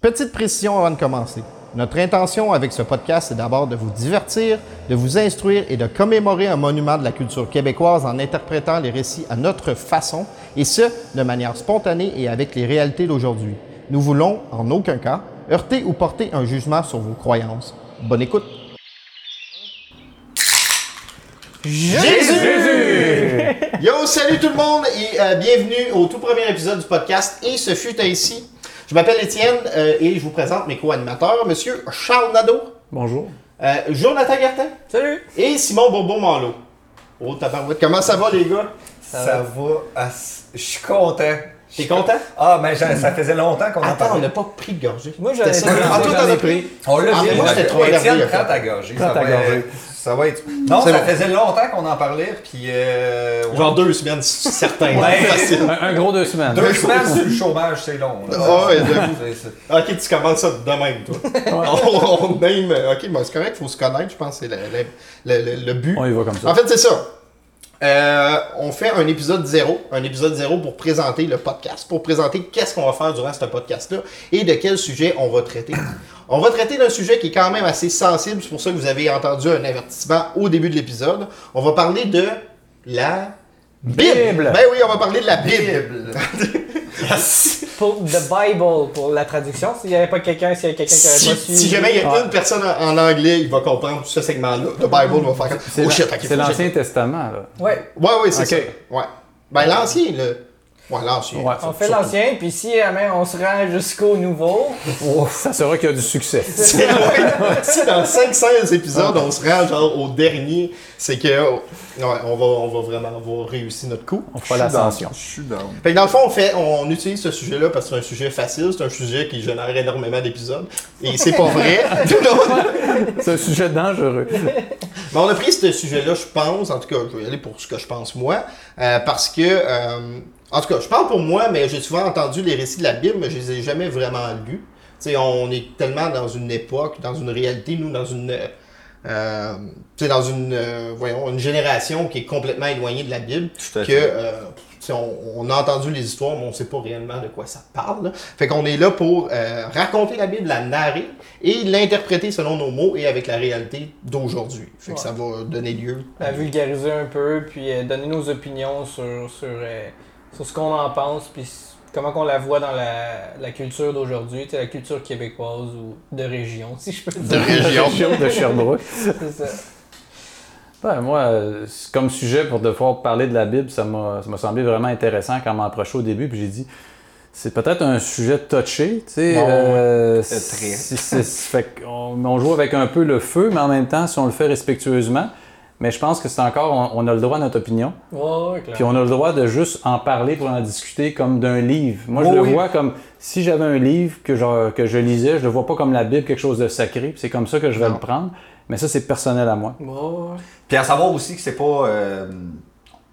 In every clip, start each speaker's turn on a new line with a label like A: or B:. A: Petite précision avant de commencer. Notre intention avec ce podcast est d'abord de vous divertir, de vous instruire et de commémorer un monument de la culture québécoise en interprétant les récits à notre façon, et ce, de manière spontanée et avec les réalités d'aujourd'hui. Nous voulons, en aucun cas, heurter ou porter un jugement sur vos croyances. Bonne écoute. Yo, salut tout le monde et euh, bienvenue au tout premier épisode du podcast Et ce fut ainsi. Je m'appelle Étienne euh, et je vous présente mes co-animateurs, Monsieur Charles Nadeau,
B: Bonjour.
A: euh, Jonathan Gartin
B: Salut.
A: et Simon Bourbon-Manlot. Oh tabarouette, comment ça va les gars?
C: Ça, va. ass- Je suis Euh, content.
A: T'es content?
C: Ah, mais j'en- ça faisait longtemps qu'on en
A: Attends, on
C: parlait.
A: n'a pas pris de gorgée.
B: Moi, j'en
A: C'était
B: ai
A: ça.
B: pris,
A: Ah, toi,
B: j'en
A: t'en
B: ai
A: as pris.
C: On l'a
A: Ah, mais
C: vu.
A: moi, j'étais trop
C: Étienne,
A: énervé,
C: prends ta gorgée.
B: Prends
C: ça
B: ta
C: va-
B: gorgée.
C: Ça va être. Non,
A: C'est
C: ça
A: bon.
C: faisait longtemps qu'on en parlait, puis. euh, ouais.
A: Genre deux semaines, c'est certain.
C: Ouais.
A: Facile.
B: Un, un gros deux semaines.
C: Deux semaines sur le chômage, c'est long. là.
A: Ah ouais, j'avoue.
C: C'est- c'est-
A: Ok, tu commences ça de même, toi. on, on aime. Ok, bon, c'est correct, faut se connaître, je pense que c'est le, le- le- le- le but.
B: On y va comme
A: En
B: ça.
A: fait, c'est ça. Euh, on fait un épisode zéro, un épisode zéro pour présenter le podcast, pour présenter qu'est-ce qu'on va faire durant ce podcast-là et de quel sujet on va traiter. On va traiter d'un sujet qui est quand même assez sensible, c'est pour ça que vous avez entendu un avertissement au début de l'épisode. On va parler de la Bible.
B: Bible.
A: Ben oui, on va parler de la Bible.
C: Bible.
D: pour The Bible pour la traduction. S'il n'y avait pas quelqu'un, s'il y avait quelqu'un qui
A: Si,
D: avait pas su.
A: si jamais il y a
B: Ouais.
A: une personne en, en anglais, il va comprendre ce segment-là. Le Bible va faire comme,
B: C'est
A: Oh
B: la-
A: shit, ok,
B: c'est
A: faut que
B: l'Ancien Testament, là.
D: Ouais,
A: Ouais, oui, c'est
B: Ah, Ok.
A: ça. Ouais. Ben, l'ancien, le. Ouais, l'ancien.
B: Ouais.
D: on fait l'ancien, puis si jamais on se rend jusqu'au nouveau,
B: Ça sera qu'il y a du succès.
A: C'est- ouais. si dans 5-16 épisodes,
B: Ah.
A: on se rend genre au dernier, c'est que. oh, ouais, on va, on va vraiment avoir réussi notre coup.
B: On fera l'ascension.
E: Je suis down.
A: Fait que dans le fond, on, fait, on utilise ce sujet-là parce que c'est un sujet facile, c'est un sujet qui génère énormément d'épisodes. Et c'est pas vrai. Non.
B: C'est un sujet dangereux.
A: Mais Ben, on a pris ce sujet-là, je pense, en tout cas, je vais y aller pour ce que je pense moi, euh, parce que, euh, en tout cas, je parle pour moi, mais j'ai souvent entendu les récits de la Bible, mais je les ai jamais vraiment lus. Tu sais, on est tellement dans une époque, dans une réalité, nous, dans une, euh, euh, tu sais, dans une, euh, voyons, une génération qui est complètement éloignée de la Bible,
E: Tout à
A: que
E: fait.
A: euh, tu sais, on, on a entendu les histoires, mais on sait pas réellement de quoi ça parle. Fait qu'on est là pour euh, raconter la Bible, la narrer et l'interpréter selon nos mots et avec la réalité d'aujourd'hui. Fait que
D: Ouais.
A: ça va donner lieu.
D: la vulgariser un peu, puis euh, donner nos opinions sur, sur, euh, sur ce qu'on en pense, puis s- comment qu'on la voit dans la, la culture d'aujourd'hui, tu sais, la culture québécoise ou de région, si je peux
A: De
D: dire.
A: région.
B: Région de Sherbrooke.
D: C'est ça.
B: Ben, moi, euh, c'est comme sujet pour devoir parler de la Bible, ça m'a ça m'a semblé vraiment intéressant quand on m'a approché au début. Puis j'ai dit, c'est peut-être un sujet touché, tu sais.
A: Non,
B: euh,
C: c'est
B: c'est-
C: très.
B: c'est- fait qu'on- on joue avec un peu le feu, mais en même temps, si on le fait respectueusement, mais je pense que c'est encore, on, on a le droit à notre opinion.
D: Ouais, ouais, clairement.
B: Puis on a le droit de juste en parler pour en discuter comme d'un livre. Moi, je
C: Oui,
B: le
C: oui.
B: vois comme si j'avais un livre que je, que je lisais, je le vois pas comme la Bible, quelque chose de sacré. puis C'est comme ça que je vais
A: Non.
B: le prendre. Mais ça, c'est personnel à moi.
D: Ouais, ouais.
C: Puis à savoir aussi que c'est pas. euh,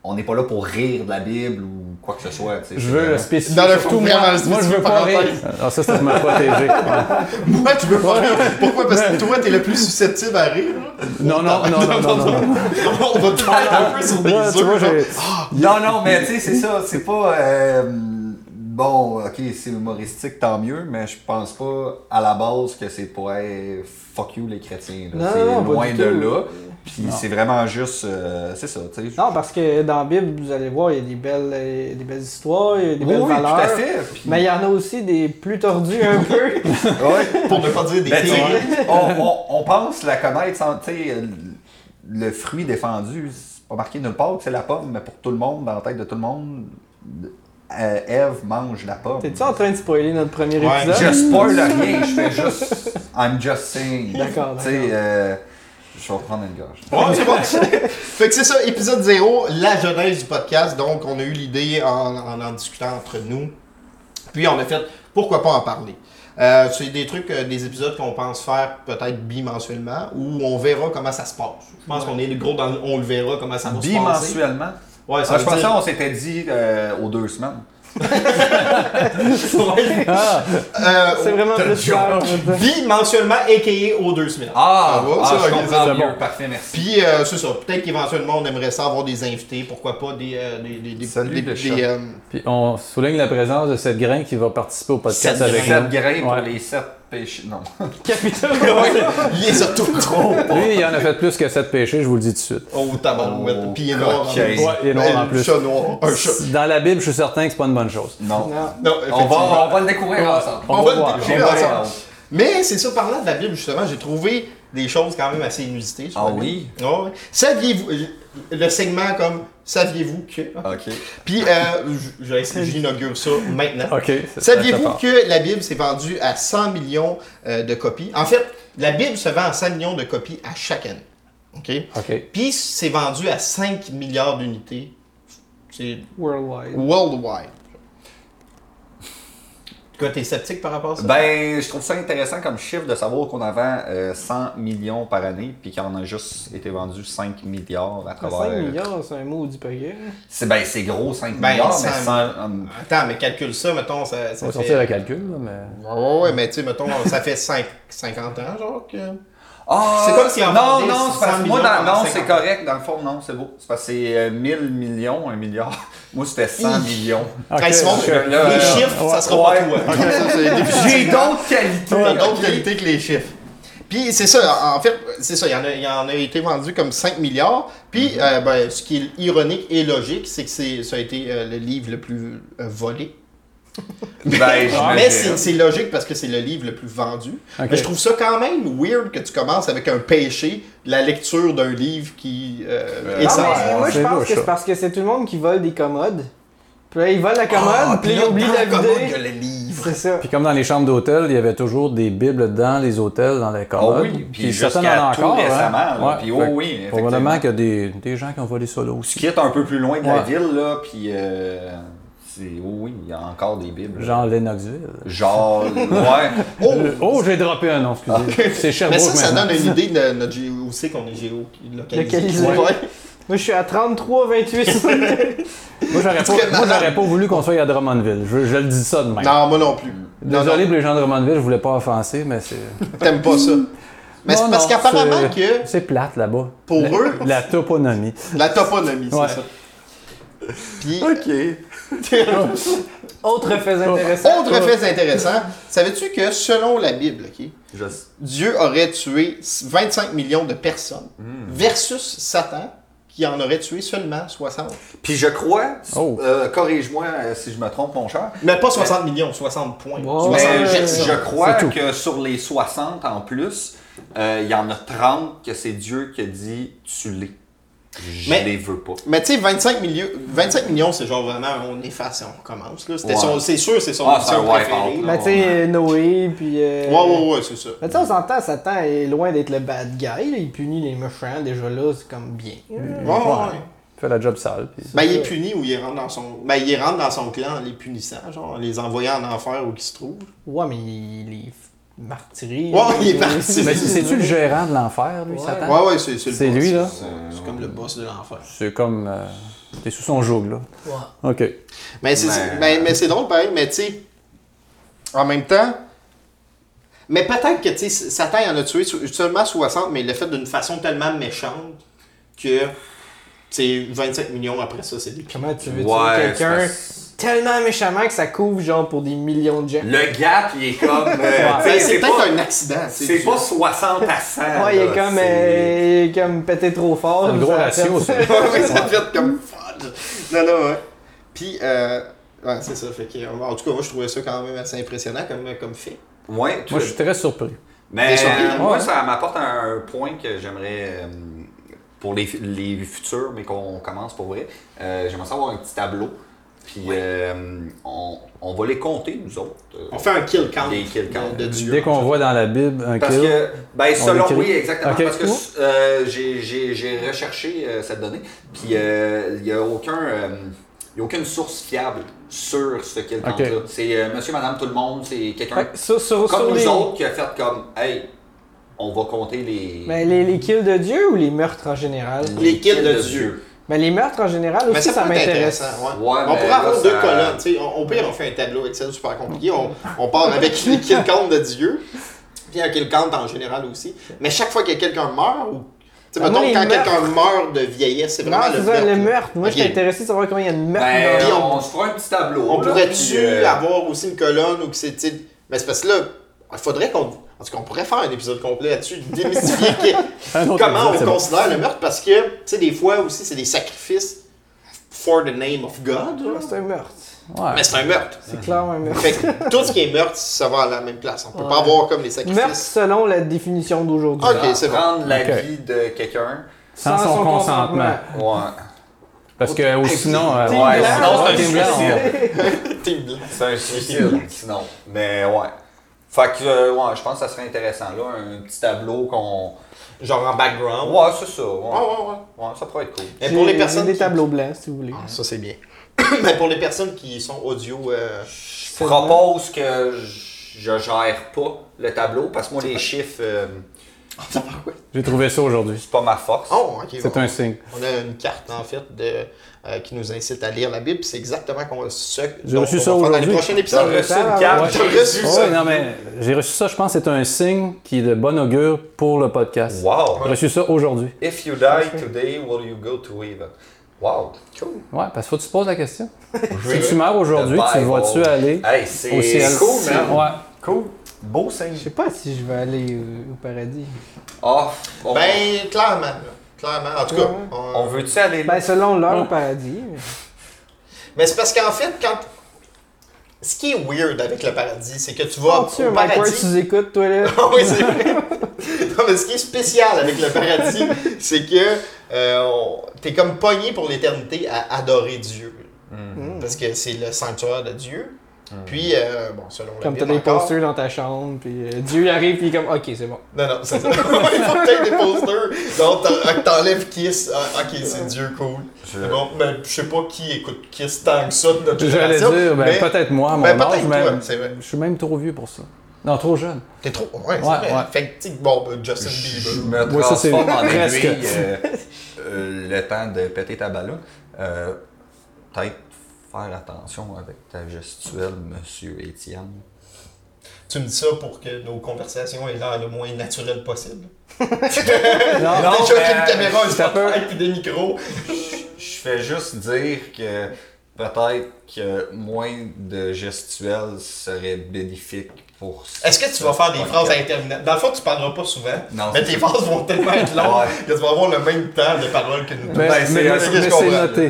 C: on n'est pas là pour rire de la Bible ou quoi que ce soit. tu sais.
B: Je
C: C'est
B: veux
C: vraiment-
B: spécifier.
A: Dans le
B: surtout
A: fond,
B: moi,
A: vraiment,
B: moi, je veux pas rire.
A: parenthèse.
B: Alors ça, c'est pour me protéger. Ouais.
A: Moi, tu veux pas rire. Pourquoi? Parce que toi, t'es le plus susceptible à rire. là.
B: Non, non, non, non, non, non. non.
A: On va te parler un peu sur des
B: Là, tu
A: œufs,
B: vois,
A: genre.
B: j'ai-
C: Non, non, mais tu sais, c'est ça. C'est pas. euh, bon, ok, c'est humoristique, tant mieux, mais je pense pas à la base que c'est pour hey, fuck you les chrétiens. là.
D: Non,
C: C'est
D: non, pas
C: loin
D: du
C: de
D: tout.
C: là. Puis c'est vraiment juste. euh, c'est ça, tu sais.
D: Non, parce que dans la Bible, vous allez voir, il y a des belles, euh, des belles histoires, il y a des
C: Oui,
D: belles
C: oui, tout
D: valeurs.
C: à fait. Puis,
D: Mais il y en a aussi des plus tordus un peu.
C: Ouais.
A: Pour ne pas dire des
C: Ben, tu sais,
A: filles.
C: on, on- on pense la connaître sans. Tu sais, euh, le fruit défendu, c'est pas marqué nulle part que c'est la pomme, mais pour tout le monde, dans la tête de tout le monde, euh, Ève mange la pomme.
D: T'es-tu en train de spoiler notre premier
A: Ouais,
C: Je
D: épisode?
C: spoil rien, je fais juste. I'm just saying.
D: D'accord,
C: Tu sais,
D: d'accord.
C: euh, je vais reprendre une gorge.
A: Ouais, c'est bon. fait que c'est ça, épisode 0, la genèse du podcast. Donc, on a eu l'idée en, en en discutant entre nous. Puis, on a fait pourquoi pas en parler. Euh, c'est des trucs, euh, des épisodes qu'on pense faire peut-être bimensuellement ou on verra comment ça se passe. Je pense qu'on est gros dans le- on le verra comment ça va se passer.
C: Bimensuellement.
A: Ouais, ça
C: Ah, je
A: veut
C: pensais
A: dire-
C: qu'on s'était dit euh, aux deux semaines.
B: Ah,
A: Euh,
D: C'est vraiment
C: T'as
D: plus
C: le
D: clair. je veux dire.
A: Vie mensuellement, a.k.a. aux deux semaines.
C: Ah,
A: Ça va,
C: ah,
A: ça,
C: je
A: ok,
C: comprends
B: c'est
C: mieux.
B: bon.
C: Parfait, merci.
A: Puis, euh, c'est ça. Peut-être qu'éventuellement, on aimerait ça avoir des invités. Pourquoi pas des. euh, des, des, des-
C: Salut,
A: des-
C: le
A: des,
C: chat.
A: euh,
B: Puis on souligne la présence de cette grain qui va participer au podcast
A: Seth
B: avec
A: Grain.
C: Sept
B: nous.
C: grains pour
B: Ouais.
C: les sept péchés. Non.
A: Il les a tous trop.
B: Lui, il en a fait plus que 7 péchés, je vous le dis tout de suite.
A: Oh,
C: Oh,
A: tabarouette. Puis, il est noir. en
C: ok.
A: plus.
B: Ouais, il est noir en
A: Un
B: plus.
A: chat noir. Un chat.
B: Dans la Bible, je suis certain que c'est pas une bonne chose.
C: Non.
D: Non.
A: Non,
C: On va,
A: effectivement.
C: on va le découvrir ensemble.
A: On va le
B: voir.
A: découvrir
C: On va
A: ensemble.
C: voir.
A: Mais c'est ça, parlant de la Bible, justement, j'ai trouvé des choses quand même assez inusitées. sur
C: Ah
A: la Bible.
C: oui?
A: Ouais. Saviez-vous. Le segment comme Saviez-vous que.
C: Ok.
A: Puis, euh, je- je- j'inaugure ça maintenant.
B: OK.
A: Saviez-vous
B: que...
A: que la Bible s'est vendue à 100 millions euh, de copies? En fait, la Bible se vend à 100 millions de copies à chaque année. OK?
B: OK.
A: Puis, c'est vendu à 5 milliards d'unités. C'est
D: Worldwide.
A: worldwide. Quoi, t'es sceptique par rapport à ça?
C: Ben, je trouve ça intéressant comme chiffre de savoir qu'on en vend euh, 100 millions par année, puis qu'on a juste été vendu 5 milliards
D: Ben,
C: à travers.
D: 5 milliards, Ah, c'est un maudit paquet.
C: C'est ben, c'est gros 5
A: Ben,
C: milliards,
A: 100
C: mais 100. euh,
A: Attends, mais calcule ça, mettons, ça,
B: On
A: ça
B: va
A: fait...
B: sortir le calcul, là, mais...
A: Ouais, ouais, mais tu sais, mettons, ça fait 5, 50 ans, genre, que...
C: Ah,
A: C'est comme si on
C: Non,
A: vendait
C: non, c'est parce
A: 100
C: que moi,
A: millions
C: dans, non,
A: pendant
C: c'est
A: 50 ans.
C: correct. Dans le fond, non, c'est beau. C'est parce que c'est euh, 1000 millions, 1 milliard. Moi, c'était 100
A: Hi.
C: millions.
B: OK,
A: Hey, Simon,
B: OK.
A: les
C: là, là,
A: chiffres, ça sera
C: ouais.
A: pas toi. Ça, c'est définitivement-
C: J'ai d'autres qualités.
A: T'as d'autres
C: ok?
A: qualités que les chiffres. Puis c'est ça, en- en fait, c'est ça, il y en a, il y en a été vendu comme 5 milliards. Puis euh, ben, ce qui est ironique et logique, c'est que c'est, ça a été euh, le livre le plus euh, volé.
C: Ben,
A: Mais
C: j'imagine.
A: c'est, c'est logique parce que c'est le livre le plus vendu.
B: Ok.
A: Mais je trouve ça quand même weird que tu commences avec un péché, la lecture d'un livre qui euh,
C: Euh,
A: est
D: Non,
A: sans...
D: Ah, mais moi, je
B: c'est
D: pense
B: louche,
D: que
B: ça.
D: c'est parce que c'est tout le monde qui vole des commodes. Puis là, ils volent la commode,
A: Ah,
D: puis
A: puis
D: ils
A: là,
D: oublient de
A: dans
D: la
A: le commode, il y a
D: vider.
A: le livre.
D: C'est ça.
B: Puis comme dans les chambres d'hôtel, il y avait toujours des bibles dans les hôtels, dans les
C: Ah
B: commodes.
C: oui, puis
B: certaines
C: jusqu'à
B: en ont
C: tout
B: encore, hein.
C: récemment, là,
B: Ouais,
C: puis oh
B: fait que
C: oui, effectivement.
B: Probablement qu'il y a des, des gens qui ont volé ça là
C: Tu
B: aussi.
C: quittes un peu plus loin de la
B: Ouais.
C: ville, là, puis euh, c'est. Oh oui, il y a encore des bibles.
B: Genre Lennoxville.
C: Genre, ouais.
A: Oh! Ah.
B: Le- Oh, j'ai droppé un nom, excusez. C'est
A: Mais
B: Sherbrooke
A: ça, ça
B: maintenant.
A: donne une idée de notre géo, où c'est qu'on est géolocalisé.
D: Localisé.
A: Ouais.
D: Moi, je suis à 33, 28.
B: Moi, j'aurais
A: Parce
B: pas,
A: que
B: moi,
A: madame-
B: j'aurais pas voulu qu'on soit à Drummondville. Je, je le dis ça de même.
A: Non, moi non plus. Non,
B: Désolé
A: non.
B: pour les gens de Drummondville, je voulais pas offenser, mais c'est.
A: T'aimes pas ça. Mais
B: Non,
A: c'est parce
B: non,
A: qu'apparemment que
B: c'est- C'est plate là-bas.
A: pour
B: La-
A: eux-
B: La toponymie.
A: la toponymie,
B: Ouais.
A: c'est ça. Puis,
D: Autre fait intéressant.
A: autre fait intéressant, savais-tu que selon la Bible, ok,
C: Je-
A: Dieu aurait tué 25 millions de personnes versus Satan qui en aurait tué seulement 60.
C: Puis je crois,
B: Oh.
C: euh, corrige-moi euh, si je me trompe, mon cher,
A: Mais pas 60 millions, 60 points.
D: Wow.
A: 60
C: mais je,
A: personnes.
C: je crois
B: C'est tout.
C: que sur les 60 en plus, euh, il y en a 30 que c'est Dieu qui a dit tu les. Je
A: Mais-
C: les veux pas.
A: Mais tu sais, 25, milieux- 25 millions, c'est genre vraiment on efface et on recommence. là. C'était
C: Ouais.
A: son- C'est sûr, c'est son
C: Ah, c'est un
A: option
C: wipe-out,
A: préférée.
C: là.
A: là.
D: Mais tu sais, euh, Noé, puis. euh,
A: Ouais, ouais, ouais, c'est ça.
D: Mais tu sais, on s'entend, Satan est loin d'être le bad guy. là. Il punit les méchants. Déjà là, c'est comme bien.
A: Ouais, ouais, ouais.
B: Fait la job sale. puis-
A: Ben, il est puni ou il rentre dans son. Ben, il rentre dans son clan en les punissant, genre, en les envoyant en enfer où qu'ils se trouvent.
D: Ouais, mais il est martyré.
A: Ouais, il est martyrisé.
B: Mais c'est-tu le gérant de l'enfer, lui,
D: Ouais.
B: Satan?
A: Ouais, ouais, c'est c'est le
B: Ah. C'est
A: boss.
B: lui, là?
A: C'est c'est comme le boss de l'enfer.
B: C'est comme. euh, T'es sous son joug, là.
D: Ouais.
B: OK.
A: Mais c'est ben,
C: Mais-
A: mais- mais c'est drôle pareil, mais tu sais, en même temps, mais peut-être que tu sais, Satan il en a tué so- seulement 60, mais il l'a fait d'une façon tellement méchante que tu sais, 25 millions après ça, c'est des pires.
D: Comment tu veux
C: Ouais,
D: tuer quelqu'un
C: c'est
D: tellement méchamment que ça couvre, genre, pour des millions de gens?
C: Le gap, il est comme. euh, tu sais,
A: Ben, c'est peut-être
C: pas-
A: un accident. tu sais,
C: C'est
A: tu-
C: pas 60 à 100.
D: Ouais, il est
C: là,
D: comme,
C: c'est-
D: euh, il est comme pété trop fort.
B: C'est un
D: ça
B: gros
D: a
B: ratio,
D: fait-
A: Ouais, ça fait comme fudge. Non, non, ouais. Puis, euh, ouais, c'est ça. Fait que, euh, en tout cas, moi, je trouvais ça quand même assez impressionnant comme, euh, comme fait.
C: Ouais, tu-
B: Moi, je suis très surpris.
C: Mais
A: T'es surpris,
C: euh,
A: hein?
C: moi,
B: Ouais.
C: ça m'apporte un point que j'aimerais, euh, pour les, fu- les futurs, mais qu'on commence pour vrai, euh, j'aimerais savoir un petit tableau. Puis euh, on, on va les compter, nous autres. euh,
A: On fait un kill count.
C: Des kill counts.
A: De, de Dieu.
B: Dès qu'on voit dans la Bible un
C: Parce
B: kill,
C: que, ben, selon,
B: l'écrit.
C: oui, exactement.
B: Ok.
C: Parce que euh, j'ai- j'ai j'ai recherché euh, cette donnée, puis euh, il n'y a, aucun, euh, il y a aucune source fiable sur ce kill count-là.
B: Ok.
C: C'est euh, monsieur, madame, tout le monde, c'est quelqu'un
D: Fait que sur, sur,
C: comme
D: sur
C: nous
D: les...
C: autres qui a fait comme, hey, on va compter les.
D: Mais les, les kills de Dieu ou les meurtres en général?
A: Les kills Ben, de Dieu.
D: Mais les meurtres en général aussi, ça,
A: peut être
D: m'intéresse.
A: intéressant, ouais.
C: Ouais,
A: on
C: mais
A: pourrait avoir
C: là,
A: deux
C: ça-
A: colonnes. tu sais. On, au pire, on fait un tableau Excel super compliqué. On, on part avec les kill count de Dieu, puis un kill count en général aussi. Mais chaque fois que quelqu'un meurt, ou. Tu sais,
D: Ben,
A: mettons,
D: moi, les
A: quand
D: meurtres-
A: quelqu'un meurt de vieillesse, c'est
D: Non,
A: vraiment
D: c'est
A: le
D: ça,
A: meurtre.
D: le
A: là.
D: meurtre. Moi,
A: Ok.
D: j'étais intéressé de savoir combien il y a de meurtres
C: Ben,
A: Puis on-
C: on, se fera un petit tableau.
A: On
C: là,
A: pourrait-tu
C: puis, euh,
A: avoir aussi une colonne ou que c'est. tu sais, Mais c'est parce que là, il faudrait qu'on. En tout cas, on pourrait faire un épisode complet là-dessus, démystifier que-
B: Un autre
A: comment
B: épisode, c'est
A: on
B: bon.
A: considère le meurtre, parce que, tu sais, des fois aussi, c'est des sacrifices for the name of God.
D: dans.
A: là.
D: C'est un meurtre.
B: Ouais.
A: Mais c'est un meurtre.
D: C'est clairement un meurtre.
A: Fait que tout ce qui est meurtre, ça va à la même place. On peut
D: Ouais.
A: pas avoir comme les
D: Meurtre
A: sacrifices.
D: selon la définition d'aujourd'hui.
A: Ok, c'est bon.
C: Prendre la
B: Ok.
C: vie de quelqu'un.
B: Sans, son, consentement.
C: Ouais.
B: Parce que, ou sinon. euh,
D: Team
B: ouais,
D: blanc.
B: sinon,
D: Ouais,
B: team blanc,
C: suicide.
A: Team Blanc.
C: C'est un suicide, sinon. Mais ouais. Fait que, euh, ouais, je pense que ça serait intéressant, là, un petit tableau qu'on.
A: Genre en background.
C: Ouais, c'est ça. Ouais.
A: Ah Ouais, ouais, ouais.
C: Ouais, ça pourrait être cool.
A: Mais pour les personnes.
D: des
A: qui-
D: tableaux blancs, si vous voulez.
A: Ah, ça, c'est bien. Mais pour les personnes qui sont audio. euh,
C: Je propose que je je gère pas le tableau parce que moi, les chiffres, euh,
B: J'ai trouvé ça aujourd'hui.
C: c'est pas ma force.
A: Oh, ok.
B: C'est
A: bon.
B: un signe.
A: On a une carte, en fait, de, euh, qui nous incite à lire la Bible. C'est exactement qu'on- ce
B: J'ai
A: dont
B: reçu
A: on
B: ça
A: va faire dans les
B: aujourd'hui.
A: prochains
C: T'as
A: épisodes.
C: reçu une
A: Ah,
C: carte.
B: Ouais.
A: T'as reçu
B: Oh,
A: ça.
B: non, mais j'ai reçu ça, je pense que c'est un signe qui est de bon augure pour le podcast.
C: Wow.
B: J'ai reçu ça aujourd'hui.
C: If you die today, will you go to heaven? Wow.
A: Cool.
B: Ouais, parce qu'il faut que tu te poses la question. Si tu meurs aujourd'hui,
C: The
B: tu
C: Bible.
B: vas-tu aller
C: Hey,
B: au ciel?
C: c'est cool, man.
B: Ouais.
C: Cool. Beau signe.
D: Je sais pas si je vais aller euh, au, au paradis.
C: Ah, on,
A: Ben, clairement. là. Clairement. En tout cas.
D: Ouais.
A: on-
C: on veut-tu aller là?
D: Ben, selon l'heure
B: Ouais.
D: au paradis. mais-
A: Mais c'est parce qu'en fait, quand. Ce qui est weird avec le paradis, c'est que tu vas
D: Oh, tu,
A: au
D: Mike Ward, tu
A: paradis.
D: nous écoutes, toi, là.
A: Ah oui, c'est vrai. Non, mais ce qui est spécial avec le paradis, c'est que euh, on- t'es comme pogné pour l'éternité à adorer Dieu.
D: Mm.
A: Parce que c'est le sanctuaire de Dieu. Puis, euh, bon, selon la
D: Comme t'as
A: Bible
D: des
A: encore-
D: posters dans ta chambre, puis euh, Dieu il arrive, puis il est comme, ok, c'est bon.
A: Non, non, c'est ça. Il faut peut-être des posters. Donc, t'en- euh, t'enlèves Kiss. Ah, ok, c'est Dieu, cool.
C: Je-
B: Euh.
A: Bon, mais je sais pas qui écoute Kiss tant que ça de notre
B: J'allais
A: génération.
B: dire, ben,
A: mais-
B: peut-être moi, à mon
A: ben, peut-être
B: âge, mais
A: toi, c'est vrai.
B: je suis même trop vieux pour ça. Non, trop jeune.
A: T'es trop. Ouais, c'est
B: Ouais,
A: vrai.
B: ouais.
A: Fait que, tu sais, bon, ben, Justin
C: Je
A: Bieber.
C: me
B: Ouais, ça, c'est
C: transforme en
B: presque.
C: aiguille, euh, euh, le temps de péter ta ballon. Euh, Peut-être faire attention avec ta gestuelle, monsieur Étienne.
A: Tu me dis ça pour que nos conversations aient l'air le moins naturel possible.
B: Non, ben,
C: Non,
A: Déjà
C: mais-
A: qu'une caméra, un
B: c'est un peu-
A: spotlight puis des micros.
C: Je fais juste dire que peut-être que moins de gestuelle serait bénéfique pour
A: Est-ce que tu vas faire des
C: Ouais.
A: phrases interminables? Dans le fond, tu parleras pas souvent,
C: Non,
A: mais
C: c'est
A: tes
C: ça.
A: phrases vont tellement être longues
C: Ouais.
A: que tu vas avoir le même temps de parole que nous deux.
B: mais,
C: Ben,
B: mais-
C: c'est-
B: mais-
C: euh,
B: mais
C: c'est
B: c'est
C: ce qu'on veut,
B: noté.
C: là.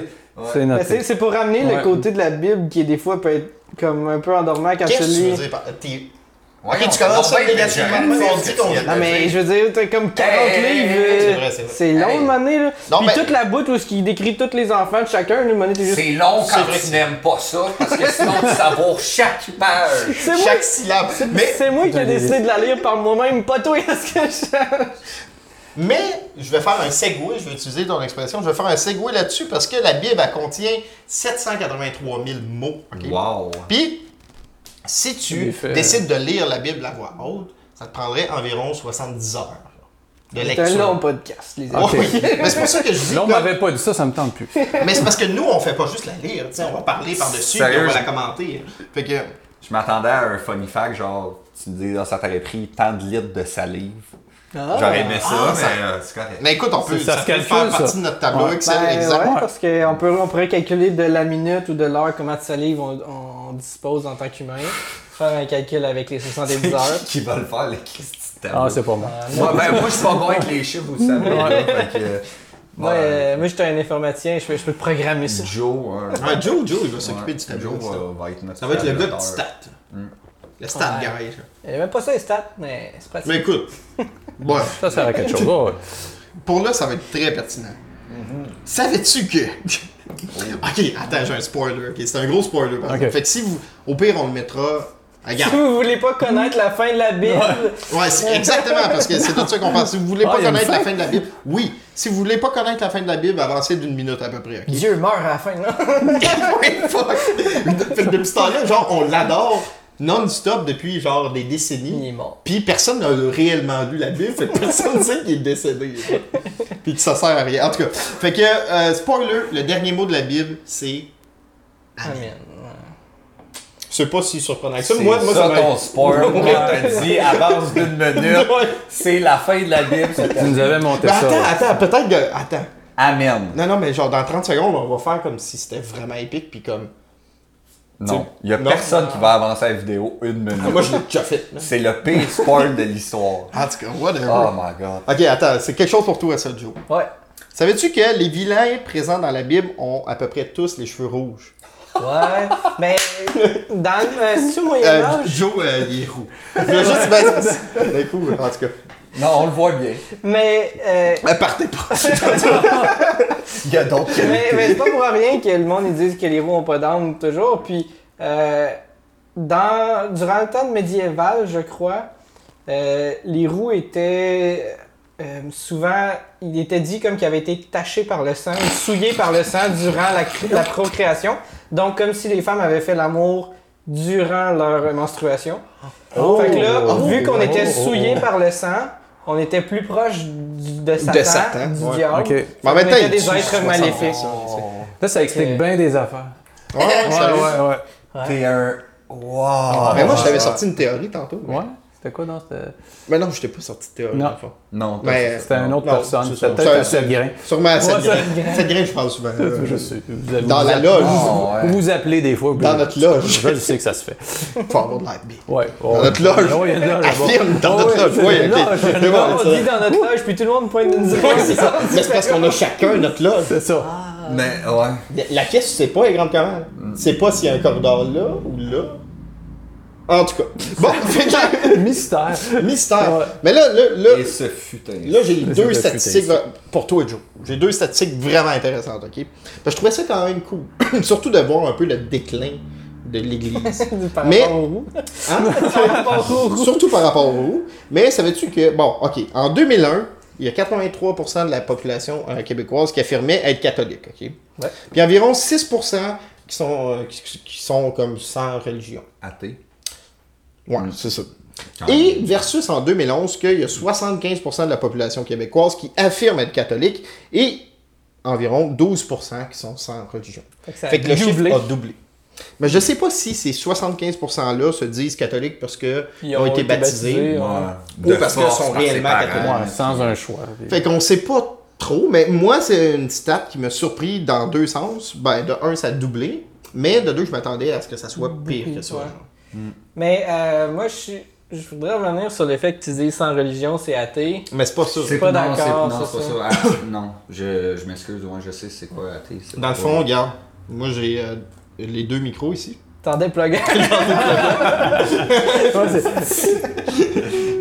B: C'est
D: Ben, c'est
B: noté.
D: c'est pour ramener le
B: Ouais.
D: côté de la Bible qui, des fois, peut être comme un peu endormant quand
A: Qu'est-ce que tu
D: tu
A: veux
D: lis.
A: dire par. t'es-
C: Ouais,
A: Ok,
C: on-
A: tu commences
C: on va
A: ça
C: être
A: négativement,
C: légèrement.
A: mais on dit qu'on-
D: Non, mais je veux dire, t'as comme 40
C: Hey, hey,
D: livres.
C: hey,
A: c'est
D: euh,
A: vrai, c'est vrai.
D: C'est long,
C: Hey.
D: de monnaie, là.
A: Non,
D: puis
A: mais-
D: toute la bout où ce qui décrit tous les enfants de chacun, une monnaie, t'es juste.
C: C'est long
A: C'est
C: quand
A: vrai.
C: tu n'aimes pas ça, parce que sinon tu savoures chaque page.
D: C'est moi,
A: Chaque syllabe. Mais,
D: c'est moi qui ai
B: Allez,
D: décidé de la lire par moi-même, pas toi, est-ce que je.
A: mais je vais faire un segway, je vais utiliser ton expression, je vais faire un segway là-dessus parce que la Bible, elle contient 783 000 mots. ok?
C: Wow.
A: Puis, si tu
B: Des faits.
A: décides de lire la Bible à voix haute, ça te prendrait environ 70 heures de
D: C'est un long
A: lecture.
D: podcast, les
A: Ouais,
D: amis.
B: Ok.
A: oui. Mais c'est pour ça que je dis.
B: Là, on
A: que-
B: m'avait pas dit ça, ça me tente plus.
A: Mais c'est parce que nous, on fait pas juste la lire, tu sais, on va parler par-dessus et
C: Sérieux,
A: on va la
C: je-
A: commenter. Fait que.
C: Je m'attendais à un funny fact, genre, tu me dis, ah, ça t'aurait pris tant de litres de salive.
D: Ah.
C: J'aurais aimé ça,
A: Ah,
C: mais
A: ça-
C: euh, c'est correct.
A: Mais ben, écoute, on peut,
B: C'est- ça
A: ça
B: se
A: peut
B: calcule,
A: faire
B: ça.
A: partie de notre tableau
B: Ouais.
A: Excel,
D: Ben,
A: exact.
D: ouais, parce qu'on peut, on pourrait calculer de la minute ou de l'heure comment de salive on, on dispose en tant qu'humain. Faire un calcul avec les 70 heures.
C: Qui- Qui va le faire, les Christy de tableau?
B: Ah, c'est pas moi.
D: Euh,
C: Moi, ben, moi, je suis pas bon avec les chiffres, vous le savez. là, fait que, euh,
D: moi,
C: ouais,
D: euh, moi, j'étais un informaticien, je peux, je peux programmer ça.
A: Mm.
C: Joe, hein,
A: Ouais, Joe, Joe, il va
C: ouais,
A: s'occuper du tableau.
C: Joe
A: ça.
C: euh, va être notre
A: Ça va être le Mm. gars
C: tableau.
A: du stat. Le stat
D: Ouais.
A: guy. là.
D: Il y a même pas ça, les stats, mais c'est pratique.
A: Mais écoute, bon,
B: Ça, ça à quelque chose. Ouais, ouais.
A: pour là, ça va être très pertinent.
B: Mm-hmm.
A: Savais-tu que. ok, attends, j'ai un spoiler. ok, c'est un gros spoiler, par exemple.
B: Ok.
A: Fait que si vous. Au pire, on le mettra. ah,
D: Si
A: Regarde.
D: vous voulez pas connaître la fin de la Bible,
A: Ouais, c'est exactement, parce que c'est de ça qu'on parle. Si vous voulez
B: Ah,
A: pas
B: il y a une
A: connaître la
B: fin.
A: fin de la Bible, oui. Si vous voulez pas connaître la fin de la Bible, avancez d'une minute à peu près, ok?
D: Dieu meurt à la fin, non?
A: Ouais, fuck! Fait que depuis ce temps-là, genre, on l'adore non-stop depuis genre des
D: Il
A: décennies.
D: est mort.
A: Puis personne n'a réellement lu la Bible, fait que personne ne sait qu'il est décédé. là. Puis que ça sert à rien. En tout cas, fait que, euh, spoiler, le dernier mot de la Bible, c'est.
D: Amen.
A: Je sais pas si surprenant que ça.
C: C'est
A: Moi, moi, ça
C: ça,
A: m'a-
C: ton spoil, on t'a dit, avance d'une minute,
A: Ouais.
C: c'est la fin de la Bible, ça
B: Tu
C: termine.
B: nous avais monté
A: Ben,
B: ça.
A: attends, attends, peut-être que. Attends.
C: Amen.
A: Non, non, mais genre dans 30 secondes, on va faire comme si c'était vraiment épique, puis comme.
C: Non, il y a
A: Non. Ah,
C: personne qui va avancer la vidéo une minute.
A: Moi, je l'ai déjà fait. là.
C: C'est le pire spoil de l'histoire.
A: En tout cas, whatever.
C: Oh my god.
A: Ok, attends, c'est quelque chose pour toi, ça, Joe.
D: Ouais.
A: Savais-tu que les vilains présents dans la Bible ont à peu près tous les cheveux rouges?
D: Ouais. Mais dans le euh, c'est-tu au
A: Euh,
D: Moyen Âge.
A: Joe, euh, il est roux. Je voulais juste ben, mettre- D'un coup, euh, en tout cas.
C: Non, on le voit bien.
D: Mais euh,
A: Euh, partez pas.
C: Il y a d'autres
D: mais, mais
C: qualités.
D: c'est pas pour rien que le monde ils disent que les roues ont pas d'âme toujours. Puis euh, dans durant le temps de médiéval, je crois, euh, les roues étaient euh, souvent, il était dit comme qu'ils avaient été tachés par le sang, ou souillés par le sang durant la, cr- la procréation. Donc comme si les femmes avaient fait l'amour durant leur menstruation. fait que là,
A: Oh.
D: vu qu'on
A: Oh.
D: était
A: Oh.
D: souillés par le sang, on était plus proche du- de Satan,
A: Satan,
D: du
A: ouais. ben,
D: diable.
B: Ok.
A: Mais en même temps,
D: Il y a
A: il
D: des
A: tue
D: êtres
A: 60
D: maléfiques.
B: Là, ça explique
D: Euh,
B: bien des affaires.
A: Ouais, ouais, sérieux.
B: ouais.
C: T'es un. Wow.
A: Mais moi, je t'avais sorti une théorie tantôt. mais-
B: Ouais? C'était quoi dans cette.
A: Mais non, je t'ai pas sorti de théorie.
B: Non.
A: dans le fond.
C: Non, t'as-
A: Mais,
B: C'était une autre
A: Non,
B: personne.
A: c'est
B: C'était
A: ça.
B: peut-être
A: Ça,
B: un seul grain.
A: Sûrement, cette
D: ça,
A: graine.
D: graine.
A: Cette graine, je parle souvent. euh,
B: Je sais. Vous avez-
A: Dans
B: vous
A: la
B: avez-
A: loge.
C: Ah, ouais.
B: Vous vous appelez des fois.
A: Dans notre loge.
B: Je le sais que ça se fait.
A: Faut avoir de la bible.
B: Ouais.
A: Dans notre loge.
B: Ouais, il y a une loge, bon.
A: Affirme, dans notre
B: Ouais,
A: loge.
B: c'est
A: Oui,
B: une
A: ok.
B: loge, une
A: C'est bon,
B: loge.
D: On
A: c'est
D: dit dans notre loge, puis tout le monde pointe une
A: Ouais,
D: direction.
A: c'est ça. Mais c'est parce qu'on a chacun notre loge.
B: C'est ça.
A: Ah.
C: Mais, ouais.
A: La pièce, tu sais pas, elle est grande comment. Tu sais pas s'il y a un corridor là ou là. En tout cas. Bon, fait que-
B: Mystère.
A: mystère.
B: Ouais.
A: Mais là, là, là,
C: Et ce fut un.
A: Euh, là, j'ai deux
B: de
A: statistiques
B: putain,
A: pour toi, Joe. J'ai deux statistiques vraiment intéressantes, ok? Parce que je trouvais ça quand même cool. Surtout de voir un peu le déclin de l'Église.
D: Par
A: Mais-
D: rapport aux roues.
A: Hein?
D: Par rapport aux roues.
A: Surtout par rapport au Mais savais-tu que, bon, ok, en 2001, il y a 83% de la population euh, québécoise qui affirmait être catholique, ok?
D: Ouais.
A: Puis environ 6% qui sont, euh, qui, qui sont comme sans religion.
C: Athée.
A: Ouais, Mm, c'est ça. Et versus en 2011, qu'il y a 75% de la population québécoise qui affirme être catholique et environ 12% qui sont sans religion.
D: Fait que ça a
A: Fait que le chiffre
D: doublé.
A: a doublé. Mais je sais pas si ces 75%-là se disent catholiques parce qu'ils
D: Ils
A: ont, été baptisés.
D: ouais.
A: Ou parce que sont réellement
B: Ouais,
A: catholiques.
B: sans un choix.
A: Fait qu'on sait pas trop, mais moi, c'est une stat qui m'a surpris dans deux sens. Ben, de un, ça a doublé, mais de deux, je m'attendais à ce que ça soit pire que ça.
D: Ouais.
A: genre.
D: Mais euh, moi, je, suis- je voudrais revenir sur le fait que tu dis sans religion, c'est athée.
A: Mais c'est pas ça.
D: C'est pas d'accord,
C: Non,
D: c'est
C: c'est pas
D: ça.
C: ça. Ah, Non, je je m'excuse, ouais, je sais c'est quoi athée. c'est
A: Dans le
C: pas-
A: fond, regarde, moi j'ai euh, les deux micros ici.
D: T'en déplugues.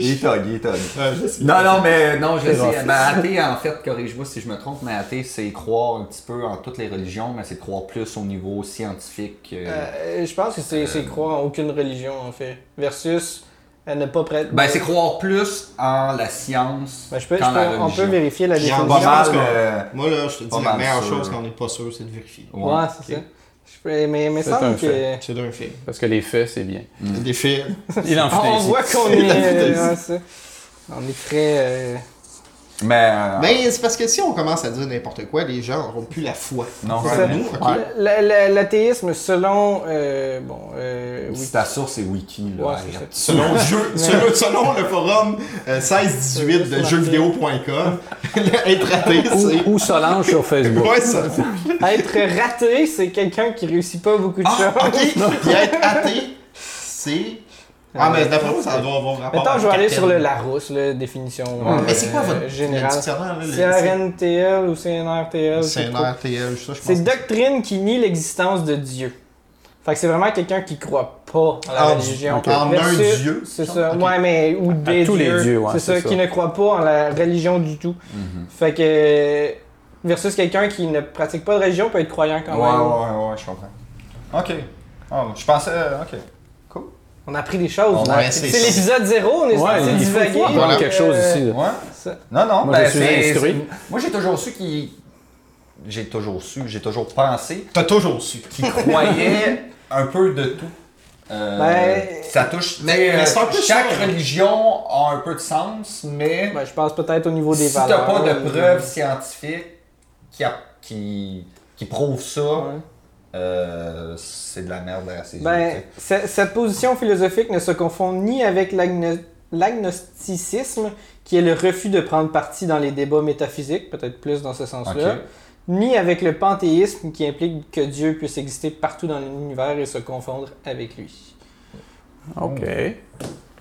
C: Il est thug, il est thug.
A: je sais.
C: Non, non, mais non, je le
B: grave.
C: sais. Ben, athée, en fait, corrige-moi si je me trompe, mais athée, c'est croire un petit peu en toutes les religions, mais c'est croire plus au niveau scientifique. euh,
D: Euh, je pense que c'est c'est croire en aucune religion, en fait. Versus euh, ne pas prêter.
C: Ben, c'est croire plus en la science
D: Ben, je peux, je
C: qu'en la
D: peux-
C: religion.
D: on peut vérifier la
A: Puis en
D: définition.
C: Pas
A: Je pense
C: mal,
A: que-
C: euh,
A: Moi là, je te dis,
C: Pas
A: la
C: mal
A: meilleure
C: sûr.
A: chose qu'on n'est pas sûr, c'est de vérifier.
C: ouais.
D: Ouais, c'est ça. Je peux, mais mais
B: C'est
D: semble
B: un
D: que.
B: fait.
A: C'est d'un film.
B: Parce que les faits, c'est bien.
C: Mm.
A: Des films.
B: Il en
D: Ah,
B: fait
D: on
B: ici.
D: voit qu'on est. euh, ouais, ça. on est très. euh,
C: Mais. euh,
A: Mais c'est parce que si on commence à dire n'importe quoi, les gens n'auront plus la foi.
C: non,
D: C'est
A: Envers
D: ça.
C: vraiment.
A: nous, ok?
C: Ouais.
D: La- la- L'athéisme, selon. euh, bon, euh, oui.
C: Si ta source est wiki, là.
D: Ouais,
C: arrête.
D: c'est
A: Selon, le jeu, selon, selon le forum euh, 1618 de jeuxvideo.com, être athée, c'est.
B: Ou, ou Solange sur Facebook.
A: Ouais, ça.
D: ça. Être raté, c'est quelqu'un qui réussit pas beaucoup de
A: Ah,
D: choses.
A: ok. Puis être athée, c'est. Ah, mais d'après moi, ça doit avoir rapport.
D: Maintenant, je vais
A: avec
D: aller sur le
A: Captain.
D: Larousse, la définition.
C: Ouais.
A: Mais c'est quoi votre
D: euh,
A: le
D: générale?
A: dictionnaire, là, le-
D: CRNTL ou CNRTL? je sais
A: C'est un
D: trop.
A: RTL, ça, je pense.
D: C'est doctrine qui nie l'existence de Dieu. Fait que c'est vraiment quelqu'un qui croit pas en la
A: En-
D: religion.
A: Ah, ok. En un
D: Versus-
A: Dieu,
D: C'est
A: genre?
D: ça.
A: Ok.
D: Ouais, mais ou des
B: tous les
D: dieux.
B: dieux, ouais,
D: c'est ça,
B: c'est ça.
D: qui ne croit pas en la religion du tout.
A: Mhm.
D: Fait que versus quelqu'un qui ne pratique pas de religion peut être croyant quand même.
C: ouais, ouais, je comprends. Ok. Ah, je pensais. euh, Ok.
D: On a appris des choses.
A: On a
D: hein.
A: laissé
D: c'est
A: ça.
D: l'épisode zéro, on est censé
B: Ouais, il faut-
D: divaguer.
B: faut
A: Voilà.
B: apprendre quelque chose
D: Euh,
B: ici. là.
C: Ouais.
D: ça-
C: Non, non,
B: Moi,
C: ben,
B: je suis
C: c'est-
B: instruit.
C: c'est- Moi, j'ai toujours su qu'il. J'ai toujours su, j'ai toujours pensé
A: T'as toujours su.
C: qu'il croyait un peu de tout. Euh,
D: Ben-
C: ça touche.
A: Mais-
C: Mais,
A: mais c'est un peu
C: chaque
A: ça, hein.
C: religion a un peu de sens, mais
D: Ben, je pense peut-être au niveau des
C: si t'as
D: valeurs. euh,
C: pas de
D: ou-
C: preuves scientifiques qui, a- qui, qui prouvent ça,
D: Ouais.
C: euh, c'est de la merde à ses yeux,
D: Ben,
C: tu sais.
D: ce- cette position philosophique ne se confond ni avec l'agno- l'agnosticisme, qui est le refus de prendre parti dans les débats métaphysiques, peut-être plus dans ce sens-là,
C: Ok.
D: ni avec le panthéisme, qui implique que Dieu puisse exister partout dans l'univers et se confondre avec lui.
B: OK.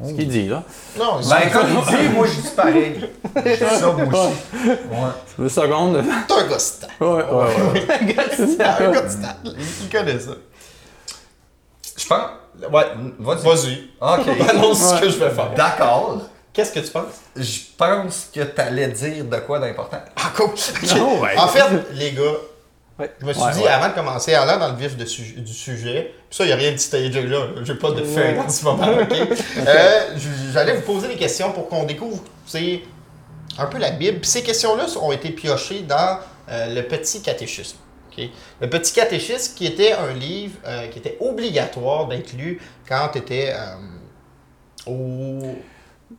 B: Ce qu'il dit, là.
A: Non,
C: Ben,
A: c'est
C: comme il dit, moi je dis pareil. Je dis ça, moi aussi. Ouais.
B: Deux secondes.
A: un gars de stat.
B: Ouais, ouais, ouais.
A: Un gars de stat. Il connaît ça.
C: Je pense. Ouais, vas-y.
A: Vas-y.
C: Ok.
A: Annonce ce que je vais faire.
C: D'accord.
A: Qu'est-ce que tu penses?
C: Je pense que t'allais dire de quoi d'important.
A: Ah, cool. Ok.
B: Non, Oh, ouais.
A: En fait, les gars,
D: Ouais.
A: je me suis
B: Ouais,
A: dit,
B: ouais.
A: avant de commencer, allant dans le vif de su- du sujet, puis ça, il n'y a rien de stagé là, j'ai pas de feuille
D: Ouais.
A: en ce moment, ok? Euh, j- J'allais vous poser des questions pour qu'on découvre, c'est un peu la Bible. Puis ces questions-là ont été piochées dans euh, le Petit Catéchisme. ok? Le Petit Catéchisme, qui était un livre euh, qui était obligatoire d'être lu quand tu étais euh, au.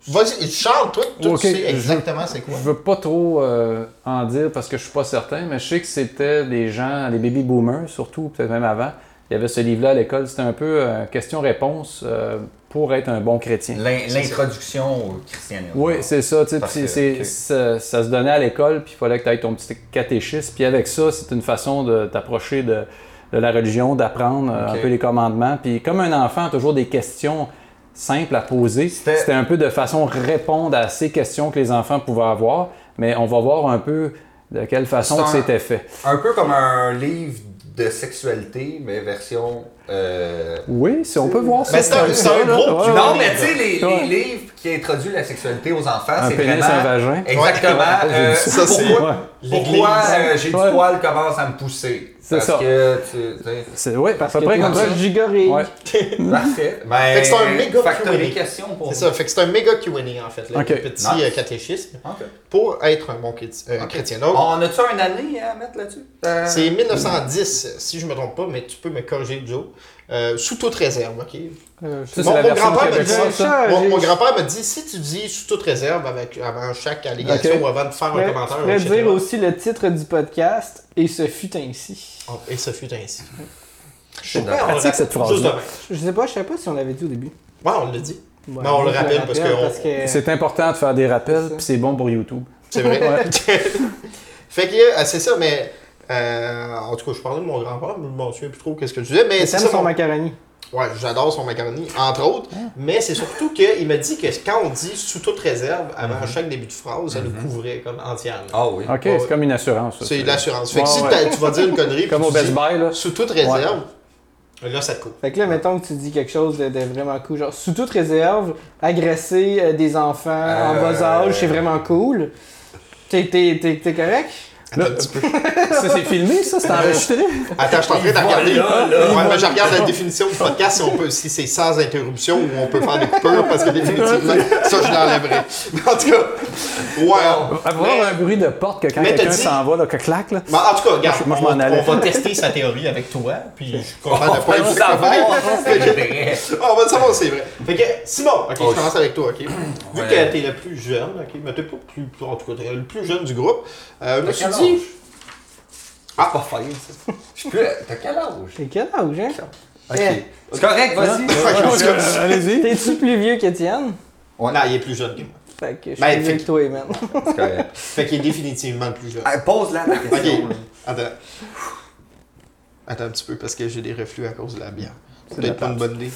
A: Vas-y, Charles, toi, toi
B: Ok,
A: tu sais
B: je-
A: exactement c'est quoi.
B: Je veux pas trop euh, en dire parce que je suis pas certain, mais je sais que c'était des gens, les baby boomers surtout, peut-être même avant. Il y avait ce livre-là à l'école. C'était un peu euh, question-réponse euh, pour être un bon chrétien.
C: L'in- L'introduction au christianisme.
B: Oui, c'est ça. tu sais,
C: Parce
B: c'est-
C: que-
B: c'est-
C: ok.
B: ça, ça se donnait à l'école, puis il fallait que tu aies ton petit catéchisme. Puis avec ça, c'est une façon de t'approcher de, de la religion, d'apprendre euh,
C: Ok.
B: un peu les commandements. Puis comme un enfant a toujours des questions simples à poser,
C: C'était-
B: c'était un peu de façon répondre à ces questions que les enfants pouvaient avoir. Mais on va voir un peu de quelle façon
C: C'est
B: que
C: un-
B: c'était fait.
C: Un peu comme un livre de sexualité, mais version. euh,
B: Oui, si on peut voir ça.
A: Mais c'est un-
B: comme
A: c'est
B: ça,
A: un
B: là.
A: gros
B: Ouais,
C: Non,
B: ouais.
C: mais tu sais, les, les
B: Ouais.
C: livres qui introduisent la sexualité aux enfants,
B: Un
C: c'est
B: pénis,
C: vraiment.
B: un vagin.
C: Exactement.
B: Ouais,
C: euh,
B: j'ai vu
A: ça, c'est-
C: pourquoi pourquoi
A: L'Église.
C: euh, j'ai
B: Ouais.
C: du poil commence à me pousser.
B: C'est
C: Parce
B: ça.
C: que tu- tu sais,
B: C'est- ouais, à peu
D: que
B: près
D: t'es
B: comme ça.
D: proche du gorille.
B: Ouais.
C: Parfait. Ben,
A: Fait que c'est un méga
C: fait que t'as
A: Q&A.
C: des questions pour
A: C'est ça, fait que c'est un méga Q&A en fait, là,
B: Ok.
A: le petit
C: Nice.
A: euh, catéchisme.
C: Ok.
A: Pour être un bon chréti- euh,
C: Ok.
A: chrétien. Donc,
C: On a-tu un année à mettre là-dessus? Euh,
A: c'est 1910, si je me trompe pas, mais tu peux me corriger, Joe. Euh, sous toute réserve, ok?
D: Euh,
B: Ça, c'est
D: je-
A: Mon-
B: la
A: mon
B: version
A: grand-père me dit
B: québécoise,
D: ça.
B: ça.
D: Ah,
A: mon
D: j'ai-
A: mon grand-père me dit si tu dis sous toute réserve avec, avant chaque allégation
B: Ok.
A: ou avant de faire un
D: pourrais-
A: commentaire,
D: je pourrais
A: etc.
D: dire aussi le titre du podcast, et ce fut ainsi.
A: Oh, Et ce fut ainsi. Je
B: trouve pratique, cette phrase-là.
D: Je sais pas, je savais pas si on l'avait dit au début.
A: Ouais, on l'a dit.
D: Ouais,
A: Non, on le
D: je
A: rappelle parce que on-
B: C'est important de faire des rappels, puis c'est bon pour YouTube.
A: C'est vrai. fait que, euh, c'est ça, mais. euh, en tout cas, je parlais de mon grand-père, mais je m'en souviens plus trop qu'est-ce que je disais. Mais c'est
D: T'aimes
A: ça,
D: son
A: mon-
D: macaroni.
A: Ouais, j'adore son macaroni, entre autres.
B: Ah.
A: Mais c'est surtout qu'il m'a dit que quand on dit sous toute réserve, avant
B: Mm-hmm.
A: chaque début de phrase, ça nous couvrait comme entière. là.
C: Ah oui.
B: OK,
A: Ouais.
B: c'est comme une assurance. Mm-hmm. ça.
A: C'est l'assurance. Fait que
B: Ouais,
A: si
B: ouais.
A: t'as- tu vas dire une connerie, puis
B: Comme au
A: tu
B: Best
A: dis
B: Buy, là.
A: sous toute réserve, là, ça te coupe.
D: Fait que là, mettons que tu dis quelque chose de, de vraiment cool, genre sous toute réserve, agresser euh, des enfants en
C: Euh,
D: bas âge, c'est vraiment cool. T'es, t'es, t'es, t'es correct?
A: Attends
B: Là-
A: un petit peu.
B: Ça, c'est filmé, ça? C'est enregistré?
A: Attends, je suis en train de regarder.
C: Voilà, là.
A: Ouais, mais je regarde la définition du podcast si, on peut, si c'est sans interruption ou on peut faire des coupures parce que définitivement, ça, je l'enlèverais. Mais En tout cas, ouais. Mais-
B: Avoir un bruit de porte que quand
A: Mais t'as
B: quelqu'un
A: dit-
B: s'en va, là, que claque, là.
A: Mais en tout cas, regarde,
B: je- moi, je m'en
A: on-
B: allais.
A: on, va tester sa théorie avec toi, puis je suis content de pas
C: On
A: être
C: s'en va,
A: travail.
C: on s'en va.
A: Ah, on va le savoir, c'est vrai. Fait que, Simon, ok, je commence avec toi, ok. Vu
C: Ouais.
A: que t'es le plus jeune, ok, mais t'es pas plus, en tout cas, t'es le plus jeune du groupe, euh, je me
C: T'as
A: suis
C: quel
A: dit,
C: âge? Ah, pas failli, ça. Je suis plus. T'as quel âge?
D: T'es quel âge, hein? Eh,
C: C'est correct, vas-y.
B: Euh, Allez-y.
D: T'es-tu plus vieux qu'Étienne?
A: non, il est plus jeune que moi.
D: Fait que je suis
A: Ben,
D: mieux
A: fait
D: que toi, man.
C: C'est correct.
A: Fait qu'il est définitivement le plus jeune.
C: Hey, Pose-la la question.
A: Ok, attends. Attends un petit peu, parce que j'ai des reflux à cause de la bière. C'est peut-être pas une bonne idée.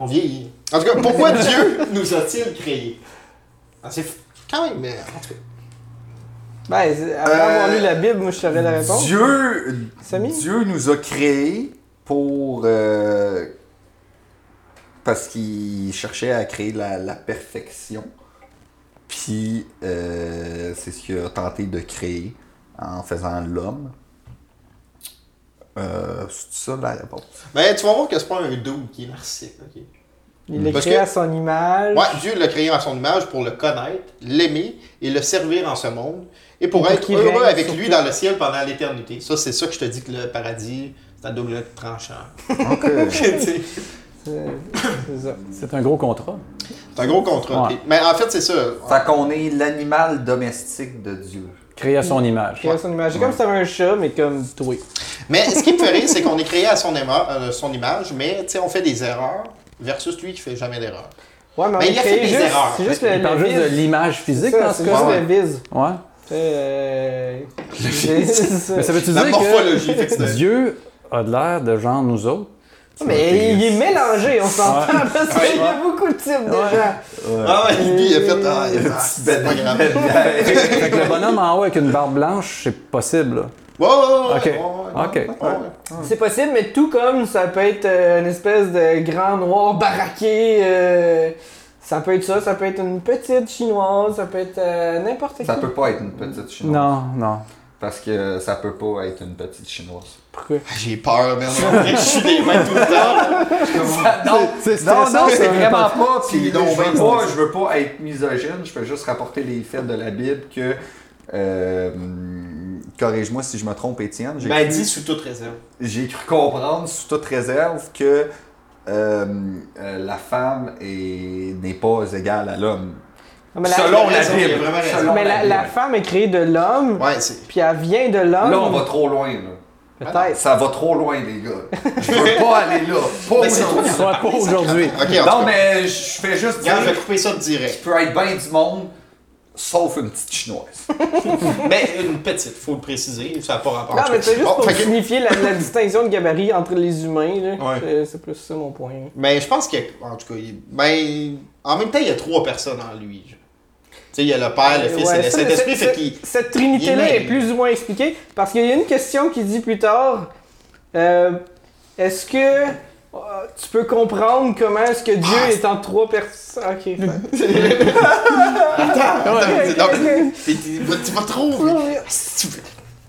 A: On vieillit. En tout cas, pourquoi Dieu nous a-t-il créés? Ah, c'est f- quand même, mais en tout cas.
D: Ben, c'est- après avoir
C: Euh,
D: lu la Bible, moi, je saurais la réponse.
C: Dieu,
D: Samy?
C: Dieu nous a créés pour. euh, parce qu'il cherchait à créer la, la perfection. Puis, euh, c'est ce qu'il a tenté de créer en faisant l'homme. Euh, c'est ça la réponse.
A: Mais Ben, tu vas voir que c'est pas un doux qui est narcissique, ok.
D: Il l'a
A: parce
D: créé
A: que-
D: à son image.
A: Ouais, Dieu l'a créé à son image pour le connaître, l'aimer et le servir en ce monde, et pour
D: Et pour
A: être
D: qu'il
A: heureux
D: règne
A: avec
D: sur
A: lui
D: terre.
A: dans le ciel pendant l'éternité. Ça, c'est ça que je te dis que le paradis, c'est un double tranchant.
C: Donc, euh,
A: Tu sais.
B: C'est c'est ça. C'est un gros contrat.
A: C'est un gros contrat.
B: Ouais.
A: ok. Mais en fait, c'est ça.
C: Fait qu'on est l'animal domestique de Dieu.
B: Créé à son image.
D: Créer son image. C'est comme si t'avais un chat, mais comme toi.
A: Mais ce qui me fait rire, c'est qu'on est créé à son, éma- euh, son image, mais tu sais, on fait des erreurs versus lui qui fait jamais d'erreur.
D: Ouais, mais on
A: Mais
D: est
A: il a
D: créé
A: fait des
D: juste.
A: erreurs.
D: C'est juste le,
B: Il parle
D: le
B: juste de
D: vise.
B: l'image
D: C'est
B: physique
D: ça,
B: dans ce
D: c'est juste
B: cas-là.
D: le vise.
B: Ouais.
D: Euh, c'est- c'est-
B: Mais ça veut-tu
A: La
B: dire
A: morphologie,
B: que
A: effectivement.
B: Dieu a de l'air de genre nous autres?
D: Mais il est mélangé, on s'entend,
B: Ouais.
D: parce qu'il y a beaucoup de types de gens.
A: Ah ouais, lui, il a fait. Ah, il a fait, ah, c'est pas grave. Ouais, ouais,
B: Fait que le bonhomme en haut avec une barbe blanche, c'est possible. là.
A: ouais,
B: Ok.
A: ouais, ouais,
B: Ok.
A: ouais, ouais.
D: C'est possible, mais tout comme ça peut être euh, une espèce de grand noir baraqué. euh, ça peut être ça, ça peut être une petite chinoise, ça peut être euh, n'importe qui.
C: Ça peut pas être une petite chinoise.
B: Non, non.
C: Parce que ça peut pas être une petite chinoise.
B: Pourquoi?
A: J'ai peur, man. On dirait que Je suis des mains tout le temps.
C: non,
B: C'est- c'est
C: non, non,
B: stressant,
C: c'est
B: ça,
C: vraiment
B: parce-
C: pas. Puis
A: donc
C: je,
A: bien
C: veux pas, je veux pas être misogyne, je peux juste rapporter les faits de la Bible que. euh, Corrige-moi si je me trompe, Étienne. J'ai
A: Ben,
C: cru-
A: dis sous toute réserve.
C: j'ai cru comprendre, sous toute réserve, que euh, euh, la femme est- n'est pas égale à l'homme.
D: Non, Ah, mais Ben, la,
C: Selon
A: il a
C: la
A: raison, il a
C: Bible.
A: vraiment raison.
C: Selon
D: mais la,
C: Bible.
D: la femme est créée de l'homme,
A: Ouais, c'est.
D: puis elle vient de
C: Là, on va
D: l'homme.
C: trop loin. Là.
D: Peut-être.
C: Ça va trop loin, les gars. Je veux pas aller là. Pas
A: Mais c'est toi qui
C: aujourd'hui.
A: en
B: Soit pas aujourd'hui.
A: Ok, en tout
C: Non,
A: cas,
C: mais je fais juste dire
A: regarde, je vais couper ça direct.
C: qu'il peut être bien du monde, sauf une petite chinoise.
A: Mais une petite, faut le préciser, ça n'a pas rapport.
D: Non, mais c'est juste
A: Bon,
D: pour
A: fait que-
D: signifier la, la distinction de gabarit entre les humains. là.
A: Ouais.
D: C'est- C'est plus ça mon point. là.
A: Mais je pense que, en tout cas, il- ben, en même temps, il y a trois personnes en lui. genre. Tu sais, il y a le Père, Ah, le Fils
D: Ouais,
A: et le
D: ça,
A: Saint-Esprit,
D: c'est-
A: fait qu'il.
D: c'est- Cette trinité-là
A: il est
D: est
A: mêlé.
D: plus ou moins expliquée parce qu'il y a une question qui dit plus tard euh, est-ce que euh, tu peux comprendre comment est-ce que Dieu
A: Ah,
D: est en trois personnes Ah, Ok.
A: Attends,
D: Ah Ouais.
A: dis donc, t'es- t'es- vas- tu vas trop. vite. Ah, si tu veux.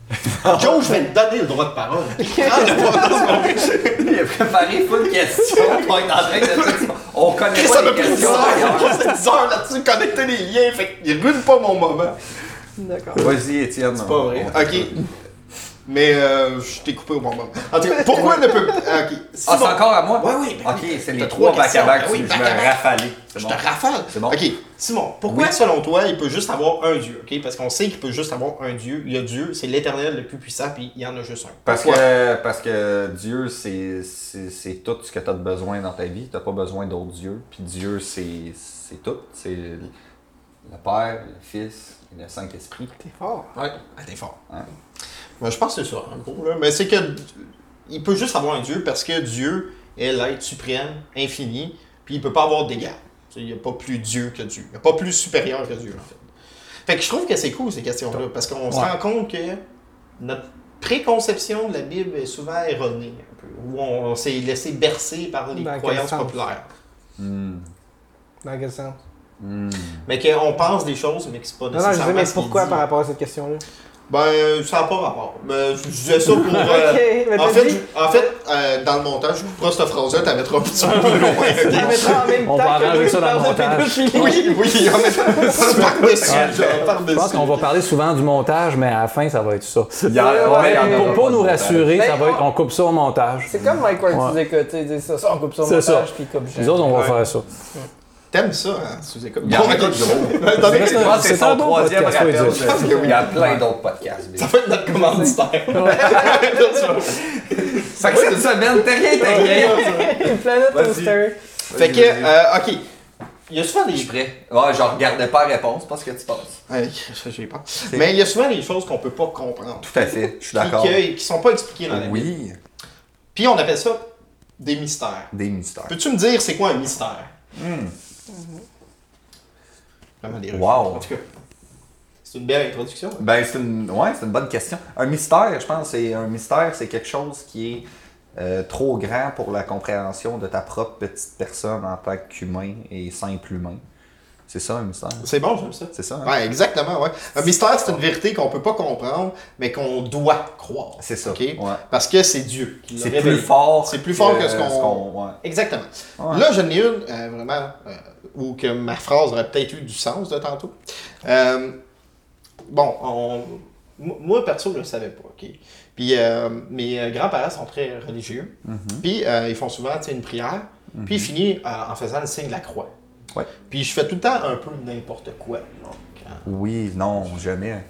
A: Joe, je vais te donner le droit de parole. Prends le droit de parole.
C: Il a préparé full question pour être en train de On connaît
A: Ça
C: pas
A: m'a
C: les
A: pris 10
C: questions.
A: heures. J'ai passé 10 heures là-dessus, connecter les liens, fait qu'il ruine pas mon moment.
D: D'accord.
C: Vas-y, Étienne. C'est
A: Pas vrai. Ok. Mais euh, je t'ai coupé au bon moment. En tout cas, pourquoi ne peut. Ah, ok.
C: Ah, c'est
A: Simon-
C: encore à moi?
A: Ouais, oui, ben
C: Ok,
A: oui.
C: c'est
A: T'as
C: les
A: trois
C: trois bac à
A: questions.
C: bac,
A: Ben
C: tu
A: oui,
C: me
A: bac à bac.
C: rafaler. C'est
A: Je
C: bon.
A: te rafale.
C: C'est bon.
A: OK. Simon, pourquoi
C: Oui.
A: selon toi, il peut juste avoir un Dieu? OK? Parce qu'on sait qu'il peut juste avoir un Dieu. Il y a Dieu, c'est l'éternel le plus puissant, puis il y en a juste un.
C: Parce
A: Pourquoi?
C: que, parce que Dieu, c'est c'est- c'est tout ce que tu as de besoin dans ta vie. Tu pas besoin d'autres dieux. Puis Dieu, c'est c'est tout. C'est le Père, le Fils et le Saint-Esprit.
D: T'es fort.
A: Ouais, ah, t'es fort.
C: Ouais.
A: Ben, je pense que c'est ça, en gros. là. Mais c'est que il peut juste avoir un Dieu parce que Dieu est l'être suprême, infini, puis il peut pas avoir d'égal. Tu sais, Il n'y a pas plus Dieu que Dieu. Il n'y a pas plus supérieur que Dieu, en fait. Fait que je trouve que c'est cool, ces questions-là, parce qu'on se
B: Ouais.
A: rend compte que notre préconception de la Bible est souvent erronée, un peu, où on, on s'est laissé bercer par les
D: Dans quel
A: croyances
D: sens?
A: populaires.
C: Hmm.
D: Dans quel sens
C: Hmm.
B: Euh,
A: Mais qu'on pense des choses, mais que c'est pas
D: Non, non, je
A: nécessairement
D: disais, mais
A: ce qu'il
D: pourquoi
A: dit.
D: par rapport à cette question-là
A: Ben, euh, ça n'a pas rapport. Mais je je disais ça pour... euh,
D: Ok, mais
A: En
D: t'as
A: fait,
D: dit.
A: je- en fait euh, dans le montage, je couperai cette phrase-là, t'as mettra un petit peu plus loin.
D: On la
A: ok?
D: mettra ah, en même
B: On
D: temps
B: va
D: que
B: arranger
D: lui
B: ça dans le
D: parle de
B: montage.
D: pédophilie.
A: Oui, oui, en même temps, par-dessus, genre,
B: Je pense
A: par-dessus.
B: qu'on va parler souvent du montage, mais à la fin, ça va être ça.
C: y en a-
D: Ouais,
C: ouais,
D: ouais,
C: il y en a
B: Pour
C: pas
B: pas
C: de
B: nous
C: montage.
B: rassurer,
D: Ben,
B: ça va être on coupe ça au montage.
D: C'est comme Mike Ward
B: Ouais.
D: disait que tu dis ça, ça, on coupe ça au
B: C'est ça.
D: montage, puis coupe
B: Nous autres, on va
A: Ouais.
B: faire ça.
A: T'aimes ça, hein, sous-écoute?
C: Il y en a
A: Bon,
C: pas
A: ok.
C: de gros.
A: Attendez,
B: Mais
C: Je pense que c'est
B: C'est un
C: son
B: bon
C: troisième
B: podcast,
C: rappel.
B: faut
C: de- Il y a plein d'autres podcasts. mais-
A: Ça va être notre commanditaire.
C: Fait que cette semaine, t'as rien, t'as rien.
D: Planète Planet
C: Vas-y.
D: Toaster.
A: fait que, euh, ok. Il y a souvent
C: Je suis
A: des...
C: prêt. Ouais, je regardais pas la réponse parce que tu penses.
A: Ouais, ça, j'ai peur. Mais il y a souvent des choses qu'on peut pas comprendre.
C: Tout à fait, je suis
A: Puis
C: d'accord. Ah
A: que- qui sont pas expliquées dans la vie.
C: Oui,
A: Puis on appelle ça des mystères.
C: des mystères.
A: Peux-tu me dire c'est quoi un mystère?
C: Hmm.
A: Vraiment des rues.
C: Wow.
A: En tout cas, c'est une belle introduction. hein.
C: Ben, c'est une... Ouais, c'est une bonne question. Un mystère, je pense, c'est un mystère, c'est quelque chose qui est euh, trop grand pour la compréhension de ta propre petite personne en tant qu'humain et simple humain. C'est ça, un mystère.
A: C'est bon, j'aime ça.
C: C'est ça. hein?
A: Ouais, exactement, ouais. Un mystère, c'est une vérité qu'on peut pas comprendre, mais qu'on doit croire.
C: C'est ça.
A: OK?
C: ouais.
A: Parce que c'est Dieu qui l'a
C: C'est
A: révélé.
C: plus fort.
A: C'est plus fort que ce qu'on-
C: ouais.
A: Exactement.
C: Ouais.
A: Là, j'en ai une, euh, vraiment, euh, où que ma phrase aurait peut-être eu du sens de tantôt. Euh, bon, on- moi, perso, je ne le savais pas, OK? Puis euh, mes euh, grands-parents sont très religieux. Puis euh, ils font souvent tu sais, une prière. Puis ils finissent euh, en faisant le signe de la croix.
C: Ouais.
A: Puis je fais tout le temps un peu n'importe quoi. Donc, euh,
C: Oui, non, jamais.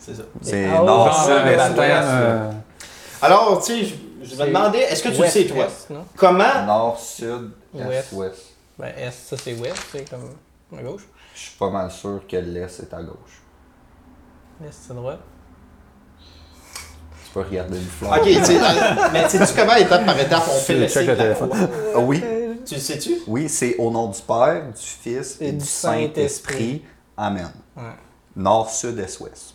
A: c'est ça.
C: C'est
D: Ah,
C: non,
D: genre,
B: euh,
C: jamais.
D: ben,
C: ça.
B: baptême, euh,
A: Alors, tu sais, je, je me
D: C'est-
A: demandais, est-ce que tu le
D: West,
A: sais, toi?
D: Est, non?
A: Comment?
C: Nord, sud,
D: Ouest.
C: est, ouest.
D: Ben, Est, ça c'est West, c'est comme à gauche.
C: Je suis pas mal sûr que l'est est à gauche.
D: Est, c'est droite.
C: Tu peux regarder une fleur.
A: Ok, tu sais, euh, mais sais-tu comment, étape par étape, on fait le
B: check
A: signe de
B: le
A: la
B: téléphone.
A: croix?
C: Ah oui,
A: Tu le sais-tu?
C: oui, c'est au nom du Père, du Fils et,
D: Et
C: du
D: du
C: Saint-Esprit.
D: Saint-Esprit.
C: Amen.
D: Ouais.
C: Nord, sud, est, ouest.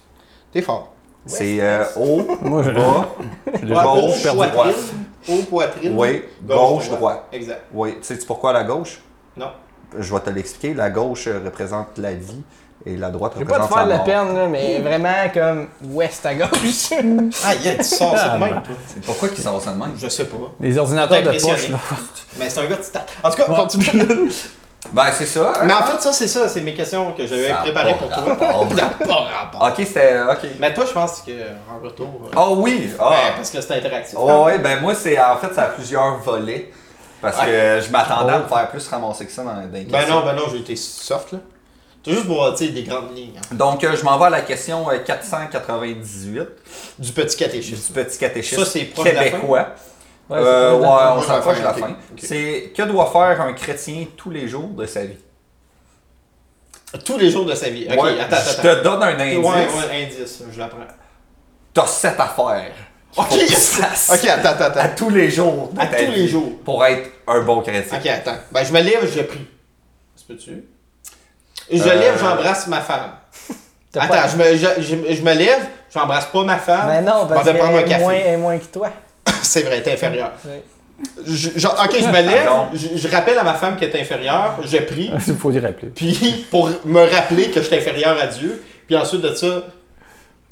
A: T'es fort.
C: C'est euh, haut,
B: Moi, je-
C: bas,
A: Ouais,
C: gauche,
A: haut,
C: droite.
A: poitrine. Haut, poitrine.
C: Oui, gauche, droite.
A: Exact.
C: Oui, tu sais pourquoi la gauche?
A: Non.
C: Je vais te l'expliquer. La gauche euh, représente la vie et la droite
D: Je vais pas te
C: représente
D: faire
C: la
D: de la
C: mort.
D: peine, là, mais vraiment comme Ouest à gauche.
A: Ah, yeah, tu sors ça de même, toi.
C: Pourquoi qu'ils sont ça de même?
A: Je sais pas.
B: les ordinateurs de
A: Impressionné.
B: poche, là.
A: Mais c'est un gars de titan. En tout cas, continue.
C: Ben, c'est ça. hein?
A: Mais en fait, ça, c'est ça. C'est mes questions que j'avais
C: Ça a
A: préparées
C: pas
A: pour toi.
C: rapport.
A: Ça a pas rapport.
C: Ok, c'était. Ok.
A: Mais toi, je pense qu'en retour. euh,
C: Oh oui!
A: ouais,
C: Ah!
A: parce que c'est interactif.
C: Oh, ouais, ben moi, c'est en fait, ça a plusieurs volets. Parce que je m'attendais à me faire plus ramasser que ça dans, dans les
A: Oh. Ben
C: questions.
A: non, ben non, j'ai été soft, là. C'est juste pour, tu sais, des grandes lignes. hein.
C: Donc, euh, je m'en vais à la question euh, 498
A: Du petit
C: du
A: catéchisme.
C: petit catéchisme
A: Ça, c'est proche de la
C: québécois.
D: Ouais,
C: Euh,
D: c'est
C: ouais,
D: pas
C: on
A: Moi, je vais
C: s'approche de
A: faire
C: la
A: un
C: fin.
A: thé. Ok.
C: C'est que doit faire un chrétien tous les jours de sa vie?
A: Tous les jours de sa vie. Ok,
C: Ouais,
A: attends,
C: je
A: attends.
C: te donne un
A: Ouais,
C: indice.
A: ouais, indice, je l'apprends.
C: T'as sept affaires.
A: Ok,
C: Faut que tu fasses
A: ok, attends, attends,
C: À
A: attends.
C: tous les jours. de
A: À
C: ta
A: tous les
C: vie
A: jours.
C: Pour être un bon chrétien.
A: Ok, attends. Ben, je me lève, je prie. Tu peux-tu? Je
C: Euh,
A: lève, j'embrasse ma femme.
D: T'as
A: Attends,
D: pas-
A: je, me, je, je- je me lève, j'embrasse pas ma femme.
D: Ben non,
A: on
D: parce
A: va prendre un
D: qu'elle est
A: café.
D: moins, elle est moins que toi.
A: C'est vrai, t'es inférieur.
D: Ouais.
A: Je- je- ok, je me lève,
C: Pardon.
A: je, je rappelle à ma femme qu'elle est inférieure, je prie,
B: Il faut y rappeler.
A: puis pour me rappeler que je suis inférieur à Dieu, puis ensuite de ça,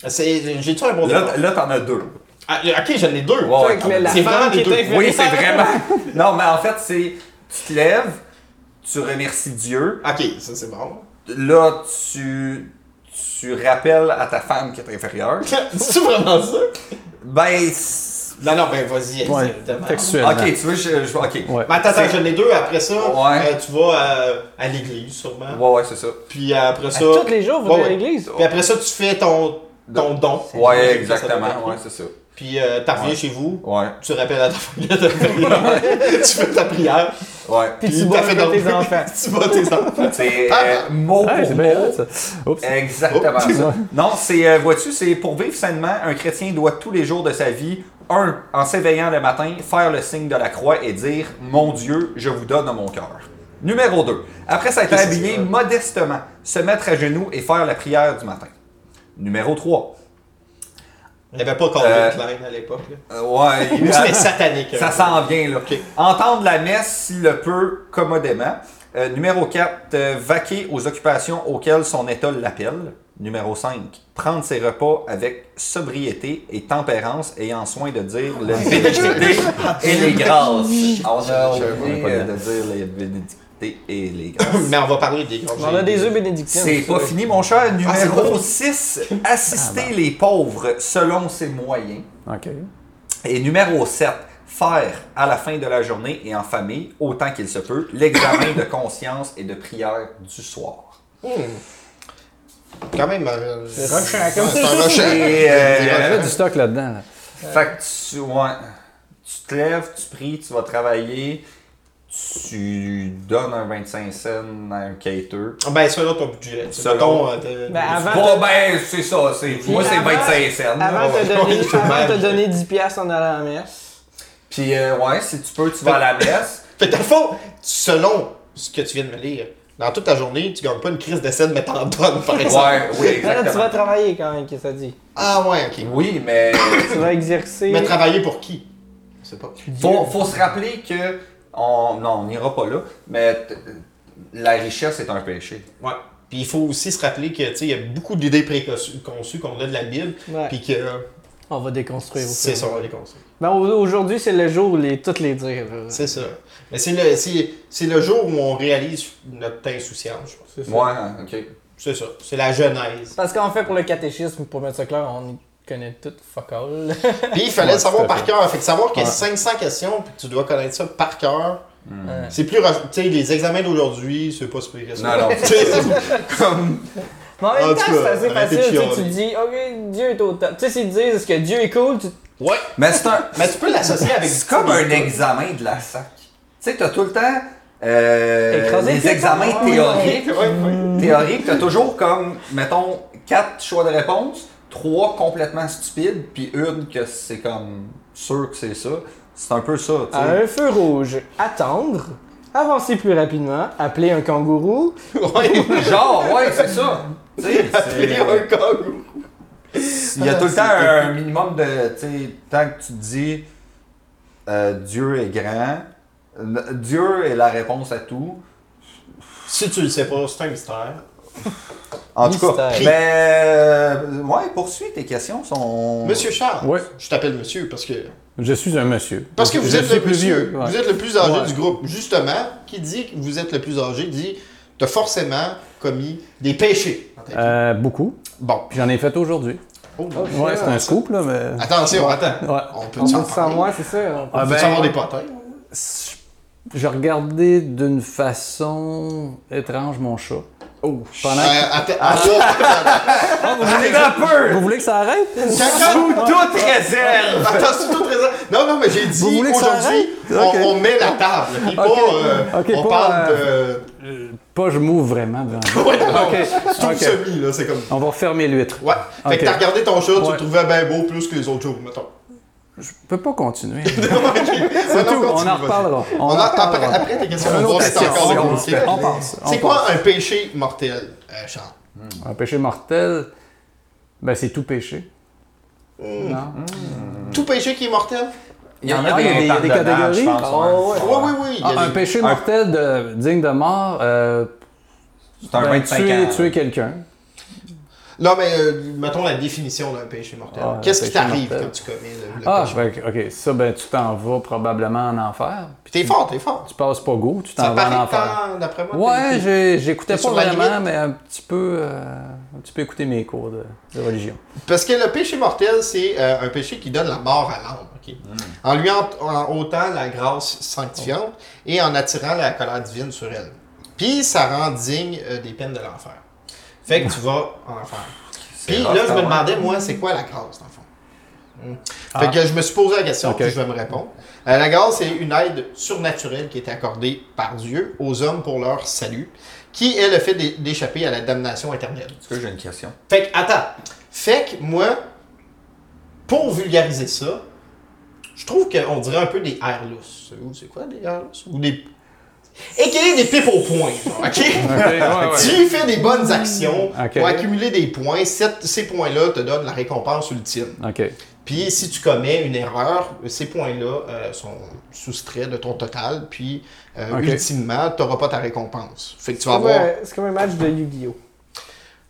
A: c'est, j'ai-tu un bon départ?
C: Là, là t'en as deux.
A: Ah, ok, j'en ai deux.
C: Ouais, ouais,
D: Fait
C: t'en
D: que
C: as
D: la
A: C'est vraiment
D: femme qui
A: des deux.
D: est inférieure.
C: Oui, c'est vraiment. Non, mais en fait, c'est. Tu te lèves, tu remercies Dieu.
A: Ok, ça c'est bon.
C: Là, tu. Tu rappelles à ta femme qui est inférieure.
A: Dis-tu vraiment ça?
C: Ben. c'est-
A: Non, non, ben vas-y,
B: Ouais,
A: exactement.
B: textuellement.
C: Ok, tu veux, je. je- ok.
B: Ouais.
A: Mais Ben, attends, attends, j'en ai deux, après ça,
C: Ouais.
A: euh, tu vas euh, à l'église sûrement.
C: Ouais, ouais, c'est ça.
A: Puis après ça.
D: Tous les jours, vous allez
A: Ouais,
D: à
A: ouais.
D: l'église.
A: Puis après ça, tu fais ton, ton don.
C: Ouais,
A: Ça, ça
C: exactement.
A: va.
C: Ouais, c'est ça.
A: Puis euh, t'en reviens chez vous,
C: Ouais,
A: tu rappelles à ta famille, ta prière, tu fais ta prière,
C: ouais.
D: Puis tu
A: t'as
D: vas
A: fait dormir.
D: avec tes enfants.
A: tu vas tes enfants.
C: C'est
A: Ah.
C: euh, mot
B: Ah,
C: pour
B: c'est
C: mot.
B: bien hot, ça. Oups.
A: Oh.
C: Exactement ça. Non, c'est, euh, vois-tu, c'est pour vivre sainement, un chrétien doit tous les jours de sa vie, un, en s'éveillant le matin, faire le signe de la croix et dire Mon Dieu, je vous donne mon cœur. Numéro 2. Après s'être
A: Qu'est-ce que
C: habillé
A: c'est ça?
C: modestement, se mettre à genoux et faire la prière du matin. Numéro 3.
A: Il n'y avait pas Calvin
C: Euh,
A: Klein à l'époque. là.
C: ouais,
A: Ou
C: il-
A: c'était satanique. hein.
C: ça s'en vient, là.
A: Ok.
C: Entendre la messe, s'il le peut, commodément. Euh, numéro 4, vaquer aux occupations auxquelles son état l'appelle. Numéro 5, prendre ses repas avec sobriété et tempérance, ayant soin de dire les bénédictés et les grâces. On a oublié euh, de dire les bénédictés et les grâces.
A: Mais on va parler des grands
D: On a des œufs bénédictines.
C: C'est pas fini, mon cher.
A: Ah, c'est pas fini. Ah,
C: Numéro
A: ben.
C: 6, assister les pauvres selon ses moyens.
B: Ok.
C: Et numéro 7, faire à la fin de la journée et en famille, autant qu'il se peut, l'examen de conscience et de prière du soir.
A: Quand même. euh,
D: C'est rochant, comme
A: C'est un rochant.
C: Et,
B: Il y avait
C: euh,
B: du stock là-dedans. là.
D: Euh.
C: fait que tu, ouais, tu te lèves, tu pries, tu vas travailler, tu donnes un 25 cents à un cater.
A: Ben, selon ton budget.
C: Selon-
A: Selon. euh, de-
D: Ben, avant,
C: Bon,
D: te-
C: ben, c'est ça, c'est, moi c'est
D: avant-
C: 25 cents.
D: avant
C: Ouais.
D: de donner,
A: Ouais,
D: avant
A: ouais.
D: de donner 10 piastres en allant à la messe.
C: Puis, euh, ouais, si tu peux, tu vas à la messe.
A: Fait que dans le fond, selon ce que tu viens de me lire, dans toute ta journée, tu gagnes pas une crise de scène, mais t'en donnes, par exemple.
C: Ouais, oui,
D: Là, tu vas
C: exactement.
D: travailler quand même, qu'est-ce que ça dit.
A: Ah ouais, ok.
C: Oui, mais.
D: Tu vas exercer.
A: Mais travailler pour qui Je sais pas.
C: Faut, faut se rappeler que. On, non, on n'ira pas là, mais t- la richesse est un péché.
A: Ouais. Puis il faut aussi se rappeler que tu sais, il y a beaucoup d'idées préconçues qu'on a de la Bible,
D: Ouais.
A: puis que euh,
D: On va déconstruire aussi.
A: c'est ça, on va les construire.
D: Ben, au- aujourd'hui, c'est le jour où les, toutes les dire. là.
A: C'est ça. Mais c'est le, c'est, c'est le jour où on réalise notre insouciance, je pense.
C: Ouais, ok.
A: C'est ça. C'est la genèse.
D: Parce qu'en fait, pour le catéchisme, pour mettre ça clair, on est connais tout fuck all.
A: Puis il fallait
B: Ouais,
A: le savoir
B: tout à
A: par
B: fait.
A: cœur. Fait que savoir qu'il y a
B: Ouais.
A: 500 questions puis que tu dois connaître ça par cœur,
D: Ouais.
A: c'est plus. ra- Tu sais, les examens d'aujourd'hui, c'est pas super
C: Non, non. Comme.
D: Mais en même
A: En
D: temps,
A: tout cas,
D: c'est assez
A: arrêtez de
D: facile. Tu sais,
A: chialer.
D: tu dis, OK, Dieu est au top. Tu sais, s'ils te disent, est-ce que Dieu est cool? Tu...
A: ouais,
C: Mais c'est un.
A: mais tu peux l'associer avec.
C: C'est comme un examen de la sac. Tu sais, t'as tout le temps euh,
D: Écraser
C: les
D: quelqu'un.
C: examens
D: Ah,
C: théoriques.
A: Ouais, ouais.
C: Théoriques, t'as toujours comme, mettons, quatre choix de réponse, trois complètement stupides, puis une que c'est comme sûr que c'est ça. C'est un peu ça, tu
D: À
A: Ah
C: sais.
D: un feu rouge, attendre, avancer plus rapidement, appeler un kangourou.
C: Genre, ouais, c'est ça. Tu sais, c'est-
A: un kangourou.
C: Il y a tout le temps un minimum de. Tu sais, tant que tu te dis euh, Dieu est grand, euh, Dieu est la réponse à tout.
A: Si tu le sais pas, c'est un mystère.
C: En tout cas,
D: Mystère.
C: mais. euh, ouais, poursuis tes questions. Sont...
A: Monsieur Charles.
B: Ouais.
A: Je t'appelle monsieur parce que.
B: Je suis un monsieur.
A: Parce que vous
B: Je
A: êtes
B: suis
A: le plus vieux.
B: ouais.
A: Vous êtes le plus âgé
B: Ouais.
A: du groupe. Justement, qui dit que vous êtes le plus âgé dit t'as forcément commis des péchés.
B: Euh, beaucoup.
A: Bon.
B: Puis j'en ai fait aujourd'hui.
A: Oh,
B: Ouais, c'est un scoop, là, mais.
A: Attention, attends.
B: Ouais.
A: On peut te
D: On peut
A: s'en
D: sans
A: parler.
D: moi, c'est ça.
A: On
B: Ah
A: peut
B: ben-
A: savoir des potins.
B: Je regardais d'une façon étrange mon chat. Oh, pendant
A: Euh, attends, attends,
C: Arrête un
B: que-
C: peu!
B: Vous voulez que ça arrête?
C: Sous toute réserve!
A: attends, c'est tout présent. Non, non, mais j'ai dit
B: Vous voulez que ça
A: aujourd'hui, on,
B: arrête? Ok.
A: on met la table. Et pas,
B: Ok.
A: euh,
B: Ok,
A: on
B: pas,
A: parle de.
B: Pas je m'ouvre vraiment devant vous.
A: Ouais, non,
B: Ok,
A: tout
B: ok.
A: semi, là, c'est comme.
B: On va refermer l'huître.
A: Ouais. Fait
B: Ok.
A: que t'as regardé ton chat, tu
B: Ouais.
A: le trouvais bien beau plus que les autres jours, mettons.
B: Je peux pas continuer.
A: Ouais,
B: C'est
A: non,
B: tout, on
A: continue,
B: en
A: vas-y.
B: reparlera. On,
A: On
B: en
A: a- après,
B: reparlera.
A: après tes questions,
B: Une
A: on va
B: autre
A: voir si t'as
B: question.
A: encore des
B: On-
A: conseils.
B: on passe, on
A: C'est quoi un péché mortel, euh, Charles?
B: Un péché mortel, ben c'est tout péché.
A: Hmm.
B: Non? Hmm.
A: Tout péché qui est mortel?
C: Il y en
B: Ah,
C: a
B: il y a des-
C: des,
B: il y a des catégories?
C: catégories.
D: Oh, ouais.
A: Oui, oui, oui. il y a
B: Ah, un
A: des-
B: péché mortel de, digne de mort, euh,
C: C'est un
B: ben,
C: 25
B: tuer,
C: ans.
B: tuer quelqu'un.
A: Non, mais euh, mettons la définition d'un péché mortel.
B: Ah,
A: Qu'est-ce
B: un
A: qui
B: péché
A: t'arrive
B: mortel.
A: quand tu commets le, le
B: Ah,
A: péché?
B: ben, ok, ça, ben tu t'en vas probablement en enfer. Puis
A: T'es fort, t'es fort.
B: tu passes pas go, tu
A: Ça
B: t'en vas en
A: paraît
B: enfer.
A: tant, d'après moi.
B: Ouais,
A: t'es- t'es-
B: j'ai- j'écoutais
A: t'es
B: pas
A: sur la
B: vraiment,
A: limite.
B: mais un petit peu, euh, un petit peu écouter mes cours de, de religion.
A: Parce que le péché mortel, c'est euh, un péché qui donne la mort à l'âme. ok?
B: Hmm.
A: En lui en, en ôtant la grâce sanctifiante
B: Oh.
A: et en attirant la colère divine sur elle. Puis ça rend digne euh, des peines de l'enfer. Fait que tu vas en enfer. Puis là, je me demandais, moi, c'est quoi la grâce, dans le fond? Mm. Fait
B: Ah.
A: que je me suis posé la question,
B: Ok.
A: puis je vais me répondre. Euh, la grâce, c'est une aide surnaturelle qui est accordée par Dieu aux hommes pour leur salut, qui est le fait d'é- d'échapper à la damnation éternelle.
C: Est-ce que j'ai une question?
A: Fait que, attends. Fait que, moi, pour vulgariser ça, je trouve qu'on dirait un peu des air lousses. Ou c'est quoi des air lousses? Ou des. Et quel est des pipes au point, genre, OK?
B: Ok, ouais, ouais.
A: Tu fais des bonnes actions
B: Ok.
A: pour accumuler des points. Cette- ces points-là te donnent la récompense ultime.
B: Ok.
A: Puis si tu commets une erreur, ces points-là euh, sont soustraits de ton total. Puis euh,
B: Ok.
A: ultimement, tu n'auras pas ta récompense. Fait que tu vas
D: C'est comme,
A: avoir.
D: un- c'est comme un match de Yu-Gi-Oh!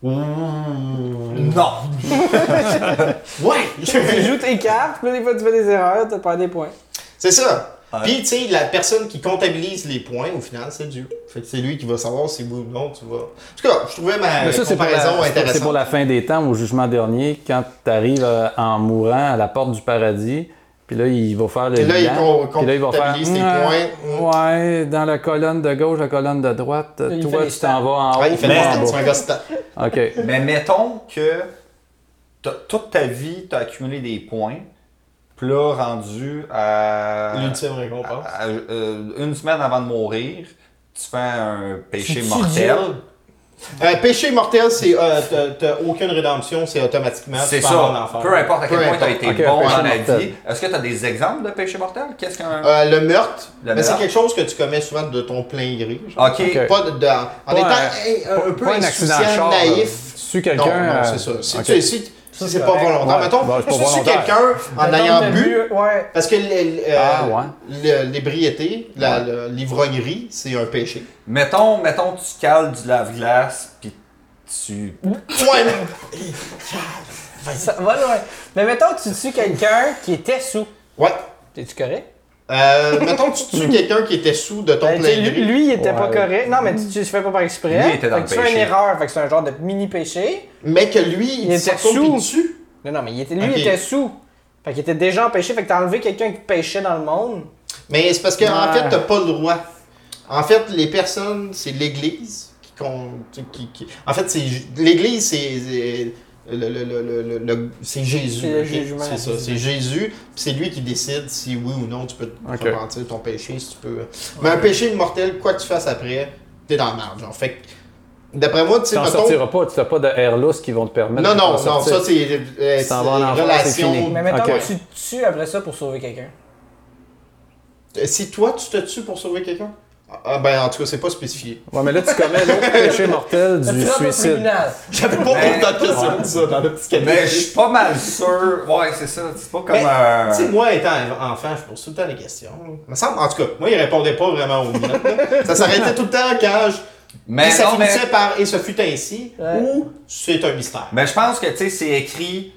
C: Non!
A: Ouais!
D: Tu joues tes cartes, puis là, des fois tu fais des erreurs, tu perds des points.
A: C'est ça.
C: Ouais.
A: Puis, tu sais, la personne qui comptabilise les points, au final, c'est Dieu. Fait que c'est lui qui va savoir si oui ou non tu vas. En tout cas, je trouvais ma
B: Mais ça, c'est pour, la-
A: comparaison
B: c'est pour-
A: intéressante.
B: c'est pour la fin des temps, au jugement dernier, quand tu arrives en mourant à la porte du paradis, puis là, il va faire le
A: Puis là, il
B: bilan,
A: con-
B: puis là, il va faire...
A: comptabilise tes
B: Ouais, Ouais, dans la colonne de gauche, la colonne de droite,
D: Il fait
B: toi,
D: les
B: tu t'en vas en haut,
A: Ouais, Ah, il fait
B: moi,
A: le
B: en
A: stand,
B: bas.
A: c'est un gars stand.
B: OK.
A: Euh,
C: Mais mettons que t'as- toute ta vie, t'as accumulé des points, puis là, rendu à.
A: L'ultime récompense.
C: à- à- euh, une semaine avant de mourir, tu fais un péché
D: Tu
C: mortel.
A: Euh, péché mortel, c'est. euh, t'as- T'as aucune rédemption, c'est automatiquement. tu
C: C'est
A: pars en
C: ça.
A: enfer.
C: Peu importe à quel
A: Peu
C: point tu as
A: importe.
C: été
B: Ok, un
C: bon
B: péché
C: dans la
B: mortel.
C: vie. Est-ce que tu as des exemples de péché mortel? Qu'est-ce qu'un.
A: Euh, le meurtre,
C: Le
A: ben, c'est
C: meurtre.
A: quelque chose que tu commets souvent de ton plein gré. genre.
C: ok.
B: ok.
A: Pas de, de- en étant
B: un-
A: hey, un, peu
B: pas un accident de
A: insouciant,
B: char, là.
A: naïf.
B: Su
A: Non,
B: quelqu'un...
A: non,
B: euh,
A: c'est ça. Si,
B: ok.
A: tu- si- si c'est pas
D: correct.
A: volontaire,
B: Ouais.
A: mettons,
B: Bon, c'est pas
A: si tu suis
B: volontaire.
A: quelqu'un en ayant
D: T'as
A: bu,
D: Ouais.
A: Parce que le- le-
B: euh, Ah,
A: euh,
B: ouais.
A: le- l'ébriété, la- le- l'ivrognerie, c'est un péché.
C: Mettons, mettons, tu cales du lave-glace, puis tu.
A: Ouais, mais-
D: Ça va loin. Mais mettons, que tu tues quelqu'un qui était sous.
A: ouais.
D: T'es-tu correct?
A: Euh, mettons que tu tues quelqu'un qui était sous de ton
D: Ben, tu
A: plein
D: sais, lui,
A: gré.
D: lui, il était pas
B: Ouais.
D: correct. Non, mais tu, tu fais pas par exprès.
C: Lui, il était dans
D: Fait
C: le
D: que tu fais
C: péché.
D: une erreur, fait que c'est un genre de mini péché.
A: mais que lui, il,
D: Il
A: se
D: était
A: retourne
D: sous.
A: puis il tue.
D: Non, non, mais il était, lui,
A: Ok.
D: il était sous. Fait qu'il était déjà empêché. Fait que t'as enlevé quelqu'un qui pêchait dans le monde.
A: Mais c'est parce qu'en en
D: Ouais.
A: fait, t'as pas le droit. En fait, les personnes, c'est l'Église qui, con- tu sais, qui, qui- En fait, c'est ju- l'Église, c'est c'est le, le- le- le- le- le- c'est Jésus.
D: C'est le
A: ok?
D: jugement.
A: C'est ça, c'est Jésus. puis C'est lui qui décide si oui ou non tu peux te
B: Ok.
A: repentir de ton péché, si tu peux. Mais un péché mortel, quoi que tu fasses après, t'es dans la marge. genre. Fait que, d'après moi, tu
B: Tu
A: sais,
B: n'en
A: mettons-
B: sortiras pas, tu n'as pas de air loose qui vont te permettre
A: Non,
B: de
A: non,
B: t'en
A: non,
B: sortir.
A: ça c'est euh, c'est
B: t'en vas en enfer, c'est fini.
A: relation.
D: Mais mettons
B: Ok.
D: que tu te tues après ça pour sauver quelqu'un.
A: Si toi, tu te tues pour sauver quelqu'un? Ah, ben, en tout cas, c'est pas spécifié.
B: Ouais, mais là, tu commets l'autre péché mortel
D: Tu
B: du
D: rentres au
B: suicide.
D: tribunal.
A: J'avais pas autant de questions que ça dans le petit cabinet.
C: Mais je suis pas mal sûr. Ouais, c'est ça. C'est pas comme euh,
A: Mais,
C: un.
A: Tu sais, moi, étant enfant, je pose tout le temps des questions. Il me semble, en tout cas, moi, il répondait pas vraiment aux minutes. là. Ça s'arrêtait tout le temps quand je...
C: Mais
A: et ça
C: non, mais-
A: finissait par « Et ce fut ainsi
D: Ouais.
A: ou « C'est un mystère
C: Mais je pense que, tu sais, c'est écrit.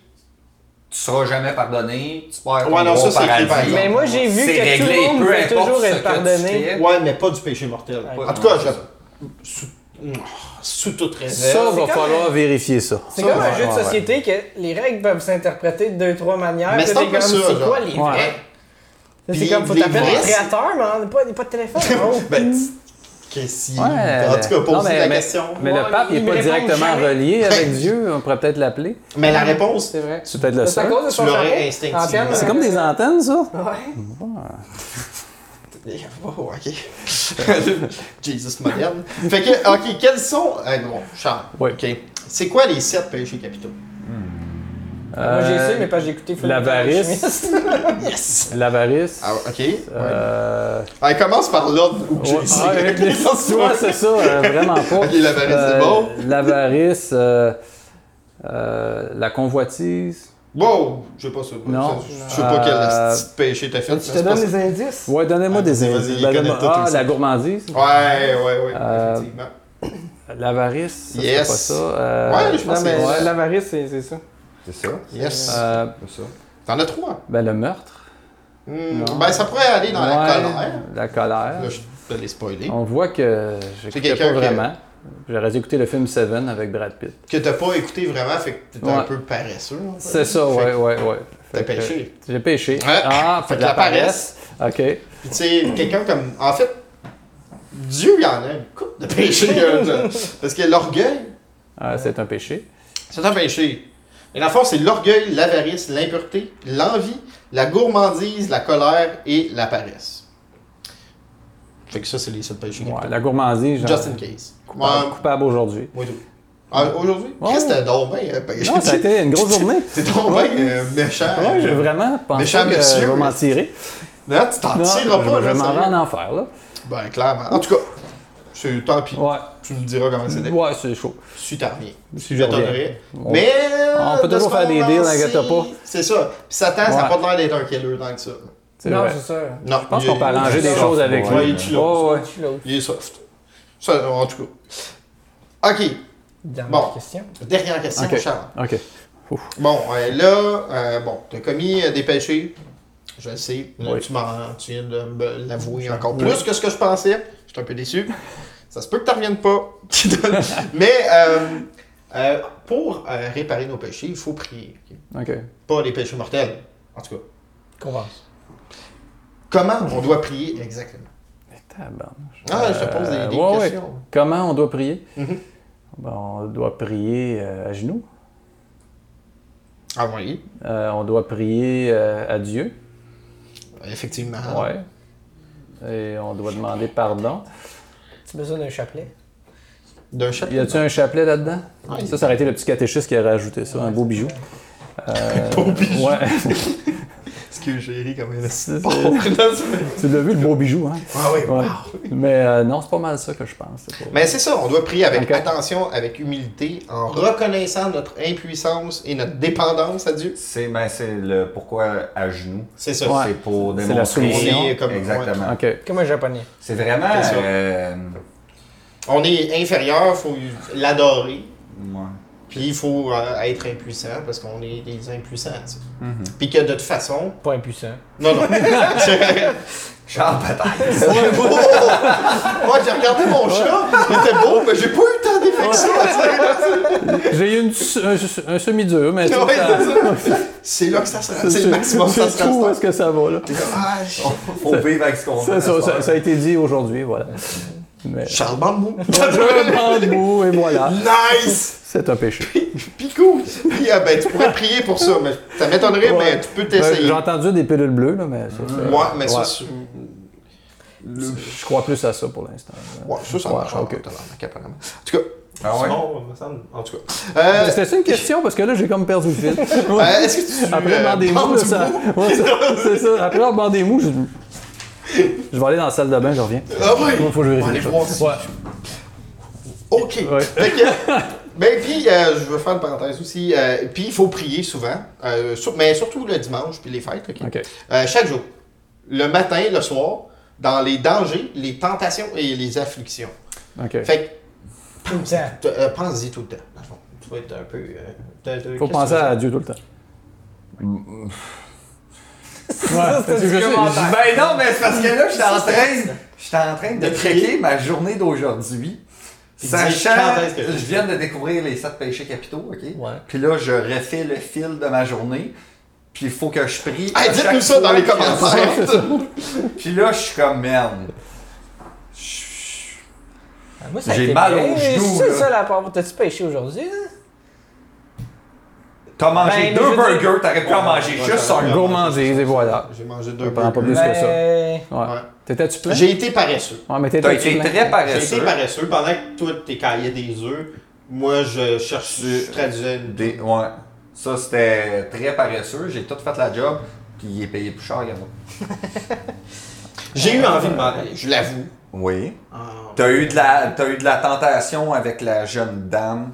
C: Tu seras jamais pardonné. Tu perds ton
A: Ouais, non, ça,
C: droit
A: c'est
C: au
A: écrit,
C: paradis.
A: par exemple.
D: Mais moi, j'ai vu
C: C'est
D: que
C: réglé,
D: tout le monde
C: peu
D: peut
C: importe
D: toujours
C: ce que
D: être
C: tu
D: pardonné.
C: fais. ».
A: Ouais, mais pas du péché mortel.
D: Ouais.
A: En tout cas,
C: Ouais,
A: je...
C: c'est ça.
A: Sous, sous toute réserve.
B: Ça, va
D: comme-
B: falloir vérifier ça.
D: C'est
A: Ça,
D: comme un
A: ouais,
D: jeu de
B: ouais,
D: société que les règles peuvent s'interpréter de deux, trois manières.
A: Mais
D: Puis
A: c'est un
D: t'es
A: peu
D: comme,
A: ça,
D: C'est quoi
A: genre.
D: les
B: Ouais.
D: vrais?
A: Puis
D: C'est comme, faut
A: les
D: t'appeler
A: vrais,
D: le
A: c'est-
D: créateur, mais on n'a pas, il y a pas de téléphone. Oh. gros.
A: Ben, qu'est-ce qu'il-
B: Ouais.
A: En tout cas,
B: Non,
A: poser
B: mais-
A: la
B: mais-
A: question.
B: Mais
D: Ouais,
B: le pape, il
D: il
B: n'est
D: me
B: pas
D: répond
B: directement
D: jamais.
B: relié avec Dieu. On pourrait peut-être l'appeler.
A: Mais la réponse,
D: C'est vrai.
B: C'est peut-être le
D: C'est à
B: seul.
D: cause de
A: Tu
D: son
A: l'aurais
D: chapeau.
A: instinctivement.
D: En pierre,
B: C'est comme des antennes, ça?
D: Ouais.
A: Oh, ok. Jesus moderne. Fait que, ok, quels sont. Ah, bon, Charles.
B: Oui.
A: Ok. C'est quoi les sept péchés capitaux?
D: Moi, j'ai
B: Euh,
D: essayé, mais pas j'ai écouté. Full
B: l'avarice.
D: Metal Alchemist.
A: Yes!
B: L'avarice.
A: Ah, ok.
B: Euh,
A: Ah, commence par l'ordre où
B: ouais, ah,
A: j'ai essayé.
B: ouais, avec les ouais, c'est ça, euh, vraiment pas. Euh,
A: Ok, l'avarice, c'est bon.
B: L'avarice, euh, euh, la convoitise.
A: Wow! Je sais pas ça.
B: Non.
A: Je sais pas quel
B: Euh,
A: petit péché t'as fait. mais
D: Tu te
A: c'est pas
D: donnes
A: ça.
D: les indices?
B: Ouais, donnez-moi
A: Ah,
B: des
A: vas-y,
B: indices.
A: vas-y,
B: Ben,
A: connais
B: donne-moi-
A: tout
B: ah,
A: aussi.
B: la gourmandise.
A: Ouais, ouais, ouais.
B: Euh,
A: Effectivement.
B: L'avarice, ça, c'est
A: Yes.
B: pas ça. Euh,
A: Ouais, je pense
D: Non,
A: que
D: mais
A: c'est-
D: ouais, l'avarice, c'est c'est ça.
C: C'est ça.
A: Yes.
B: euh,
C: C'est ça.
A: T'en as trois.
B: ben, le meurtre.
A: Hmm,
B: non.
A: Ben, ça pourrait aller dans la
B: Ouais,
A: colère.
B: La colère.
A: Là, je te l'ai spoilé.
B: On voit que j'écoutais
A: quelqu'un
B: pas
A: qui-
B: vraiment. J'aurais dû écouter le film Seven avec Brad Pitt.
A: Que t'as pas écouté vraiment, fait que t'étais un
B: Ouais.
A: peu paresseux. en fait.
B: C'est ça,
A: Fait que
B: ouais, ouais, ouais.
A: T'as
B: Fait que-
A: péché.
B: J'ai péché.
A: Ouais.
B: Ah,
A: Fait
B: fait
A: que
B: de
A: la
B: la paresse. OK.
A: Puis tu sais, quelqu'un comme. En fait, Dieu, il y en a une coupe de péchés. là, là. Parce que l'orgueil,
B: Ah, c'est un péché.
A: c'est un péché. Mais dans le fond, c'est l'orgueil, l'avarice, l'impureté, l'envie, la gourmandise, la colère et la paresse. Fait que ça, c'est les sept péchés.
B: Ouais, la gourmandise, genre,
A: Just in case.
B: coupable,
A: Ouais,
B: coupable aujourd'hui.
A: moi tout. Ah, Aujourd'hui,
B: Ouais.
A: Chris, t'as donc bien hein, péché.
B: Non, ça a été une grosse journée.
A: T'es donc bien euh, méchant.
B: Ouais, j'ai vraiment pensé
A: Méchant
B: que
A: monsieur.
B: je vais m'en tirer.
A: Non, tu t'en
B: Non, je
A: tireras pas.
B: je
A: là,
B: m'en
A: sérieux.
B: vais en enfer, là.
A: Ben, clairement. En tout cas, c'est tant pis.
B: Ouais.
A: Tu me diras comment c'était.
B: Ouais, c'est chaud.
A: Si t'en reviens. Je
B: Si je reviens.
A: t'adorerais. Mais.
B: on peut
A: de
B: toujours
A: ce
B: faire des
A: moment
B: deals,
A: ci,
B: inquiète-toi pas.
A: C'est ça. Puis Satan, ça n'a
B: Ouais.
A: pas l'air d'être un killer tant que ça.
B: C'est
D: Non,
B: vrai.
D: c'est ça.
A: Non.
B: Je pense qu'on peut arranger des
C: soft,
B: choses avec
C: ouais.
B: lui.
A: Ouais, tu l'as.
B: Ouais, ouais.
D: Tu l'as aussi.
A: Il est soft. Ça, en tout cas. Ok.
D: Dernière
A: Bon.
D: question.
A: Dernière question,
B: Ok.
A: Charles.
B: OK.
A: Bon, euh, là, euh, bon, t'as commis euh, des péchés. Je le sais. Là,
B: Oui.
A: tu, m'en- tu viens de me l'avouer encore plus que ce que je pensais. Je suis un peu déçu. Ça se peut que tu reviennes pas. Mais euh, euh, pour euh, réparer nos péchés, il faut prier. ok?
B: OK.
A: Pas les péchés mortels, en tout cas.
D: Convence.
A: Comment on doit prier exactement?
B: Mais tabarnouche.
A: Ah, je te pose des,
B: Euh,
A: des
B: ouais, ouais.
A: questions.
B: Comment on doit prier?
A: Mhm.
B: Ben, on doit prier euh, à genoux.
A: Ah oui,
B: Euh, on doit prier euh, à Dieu.
A: effectivement.
B: Ouais. Et on doit demander pardon.
D: Tu as besoin d'un chapelet?
A: D'un chat.
B: Y a-tu un chapelet là-dedans?
A: Ouais.
B: Ça, ça aurait été le petit catéchiste qui aurait ajouté ça, un beau bijou. Euh, Ouais.
A: Est-ce que j'ai ri comme un
B: C'est-
A: Bon, là, c'est-
B: tu l'as vu, le beau bijou, hein?
A: Ah oui,
B: Ouais. Mais euh, non, c'est pas mal ça que je pense. c'est pas-
A: Mais c'est ça, on doit prier avec
B: Ok.
A: attention, avec humilité, en reconnaissant notre impuissance et notre dépendance à Dieu.
C: C'est ben, c'est le pourquoi à genoux.
A: C'est ça.
B: Ouais.
C: C'est pour
B: C'est
C: démontrer.
B: la soumission.
A: On est comme-
C: Exactement.
B: OK.
D: Comme un japonais.
C: C'est vraiment.
A: C'est ça.
C: euh,
A: On est inférieur, faut l'adorer.
C: ouais.
A: Puis il faut euh, être impuissant parce qu'on est des impuissants. tu sais.
B: Mhm.
A: Puis que de toute façon.
D: Pas impuissant.
A: Non, non.
F: Genre, peut-être.
A: Ouais, beau. Moi, j'ai regardé mon chat, il était beau, mais j'ai pas eu tant d'effet que ça. tu
B: J'ai eu une s- un, un semi-dur, mais
A: sais.
B: tout
A: Ouais,
B: ça-
A: c'est ça. c'est là que ça se rend. C'est le maximum que
B: c'est
A: ça se
B: tout où
A: rend.
B: est-ce que ça va, là.
A: Ah, je-
F: Faut vivre avec ce qu'on
B: Ça,
F: a.
B: ça- ça- ça a été dit aujourd'hui, voilà. Mais...
A: Charles Bambou.
B: Je prends le bout, et voilà.
A: nice!
B: C'est un péché.
A: Picou! Puis, ah, ben, tu pourrais prier pour ça, mais ça m'étonnerait,
B: Ouais.
A: Eh, mais tu peux
B: Ben,
A: t'essayer.
B: J'ai entendu des pilules bleues, là, mais ça, c'est-
A: Ouais, mais ça,
B: ouais.
A: c'est-
B: Je crois plus à ça pour l'instant.
A: ouais, ça, ça
B: Ouais,
A: marche.
B: ok.
A: en tabarnak, apparemment. En tout cas,
C: Ah ouais?
A: Simon, me semble, en tout cas. Euh,
B: C'était une question parce que là, j'ai comme perdu le fil.
A: euh, Est-ce que tu.
B: Après,
A: euh,
B: dans des
A: prends
B: mous, là,
A: du
B: ça.
A: bout?
B: ouais, ça- c'est ça. Après, avoir des mous, je. Je vais aller dans la salle de bain, je reviens.
A: Ah ouais!
B: Faut que je
A: On va aller
B: vérifie.
A: voir si-
B: Ouais.
A: OK.
B: Ouais.
A: Fait que, ben, puis, euh, je veux faire une parenthèse aussi. euh, puis, il faut prier souvent, euh, sur- mais surtout le dimanche, puis les fêtes. OK?
B: OK.
A: Euh, chaque jour, le matin, le soir, dans les dangers, les tentations et les afflictions.
B: OK.
A: Fait
D: Tout le temps.
A: que, t- euh, pense-y tout le temps. dans le fond. Tu vas être un peu. euh, t'as- t'as-
B: Faut
A: qu'est-ce
B: penser
A: que tu veux
B: à Dieu tout le temps.
D: Ça, c'est
B: parce que
D: du
B: je sais-
D: commentaire.
C: Ben non, mais c'est parce que là, je suis en train, je suis en train de traquer ma journée d'aujourd'hui.
A: Puis
C: Sachant,
A: dis-quand est-ce que-
C: je viens de découvrir les sept péchés capitaux, ok?
D: Ouais.
C: Puis là, je refais le fil de ma journée. Puis il faut que je prie.
A: Hey,
C: à
A: dites-nous
C: chaque
A: ça dans
C: fois
A: les
C: qu'il y a
A: commentaires.
C: ça. Puis là, je suis comme merde. Je-
D: Ah, Moi, ça a
C: J'ai
D: été
C: mal
D: bien.
C: aux genoux,
D: C'est
C: là.
D: ça la part. T'as-tu pêché aujourd'hui? là?
C: T'as mangé
D: Ben, je
C: deux
D: veux
C: burgers,
D: dire-
C: t'aurais pu en manger
A: Ouais,
C: juste
A: ouais,
C: un.
A: ouais.
B: Gourmandise, et voilà.
A: J'ai mangé deux
B: Ça prend pas
A: burgers.
B: plus que ça. Ouais.
D: Ben,
A: Ouais.
B: T'étais-tu plein?
A: J'ai été paresseux.
B: Ouais, mais
C: T'as
B: t'étais-tu
C: été
B: plein?
C: très
A: J'ai
C: paresseux.
A: été paresseux. Pendant que toi, t'es caillé des œufs, moi, je cherche, je traduisais une
C: Des- ouais. Ça, c'était très paresseux. J'ai tout fait la job. Puis il est payé plus cher, regarde.
A: J'ai eu envie de m'en aller, Euh, je l'avoue.
C: Oui.
A: Ah,
C: T'as eu, de la- t'as eu de la tentation avec la jeune dame.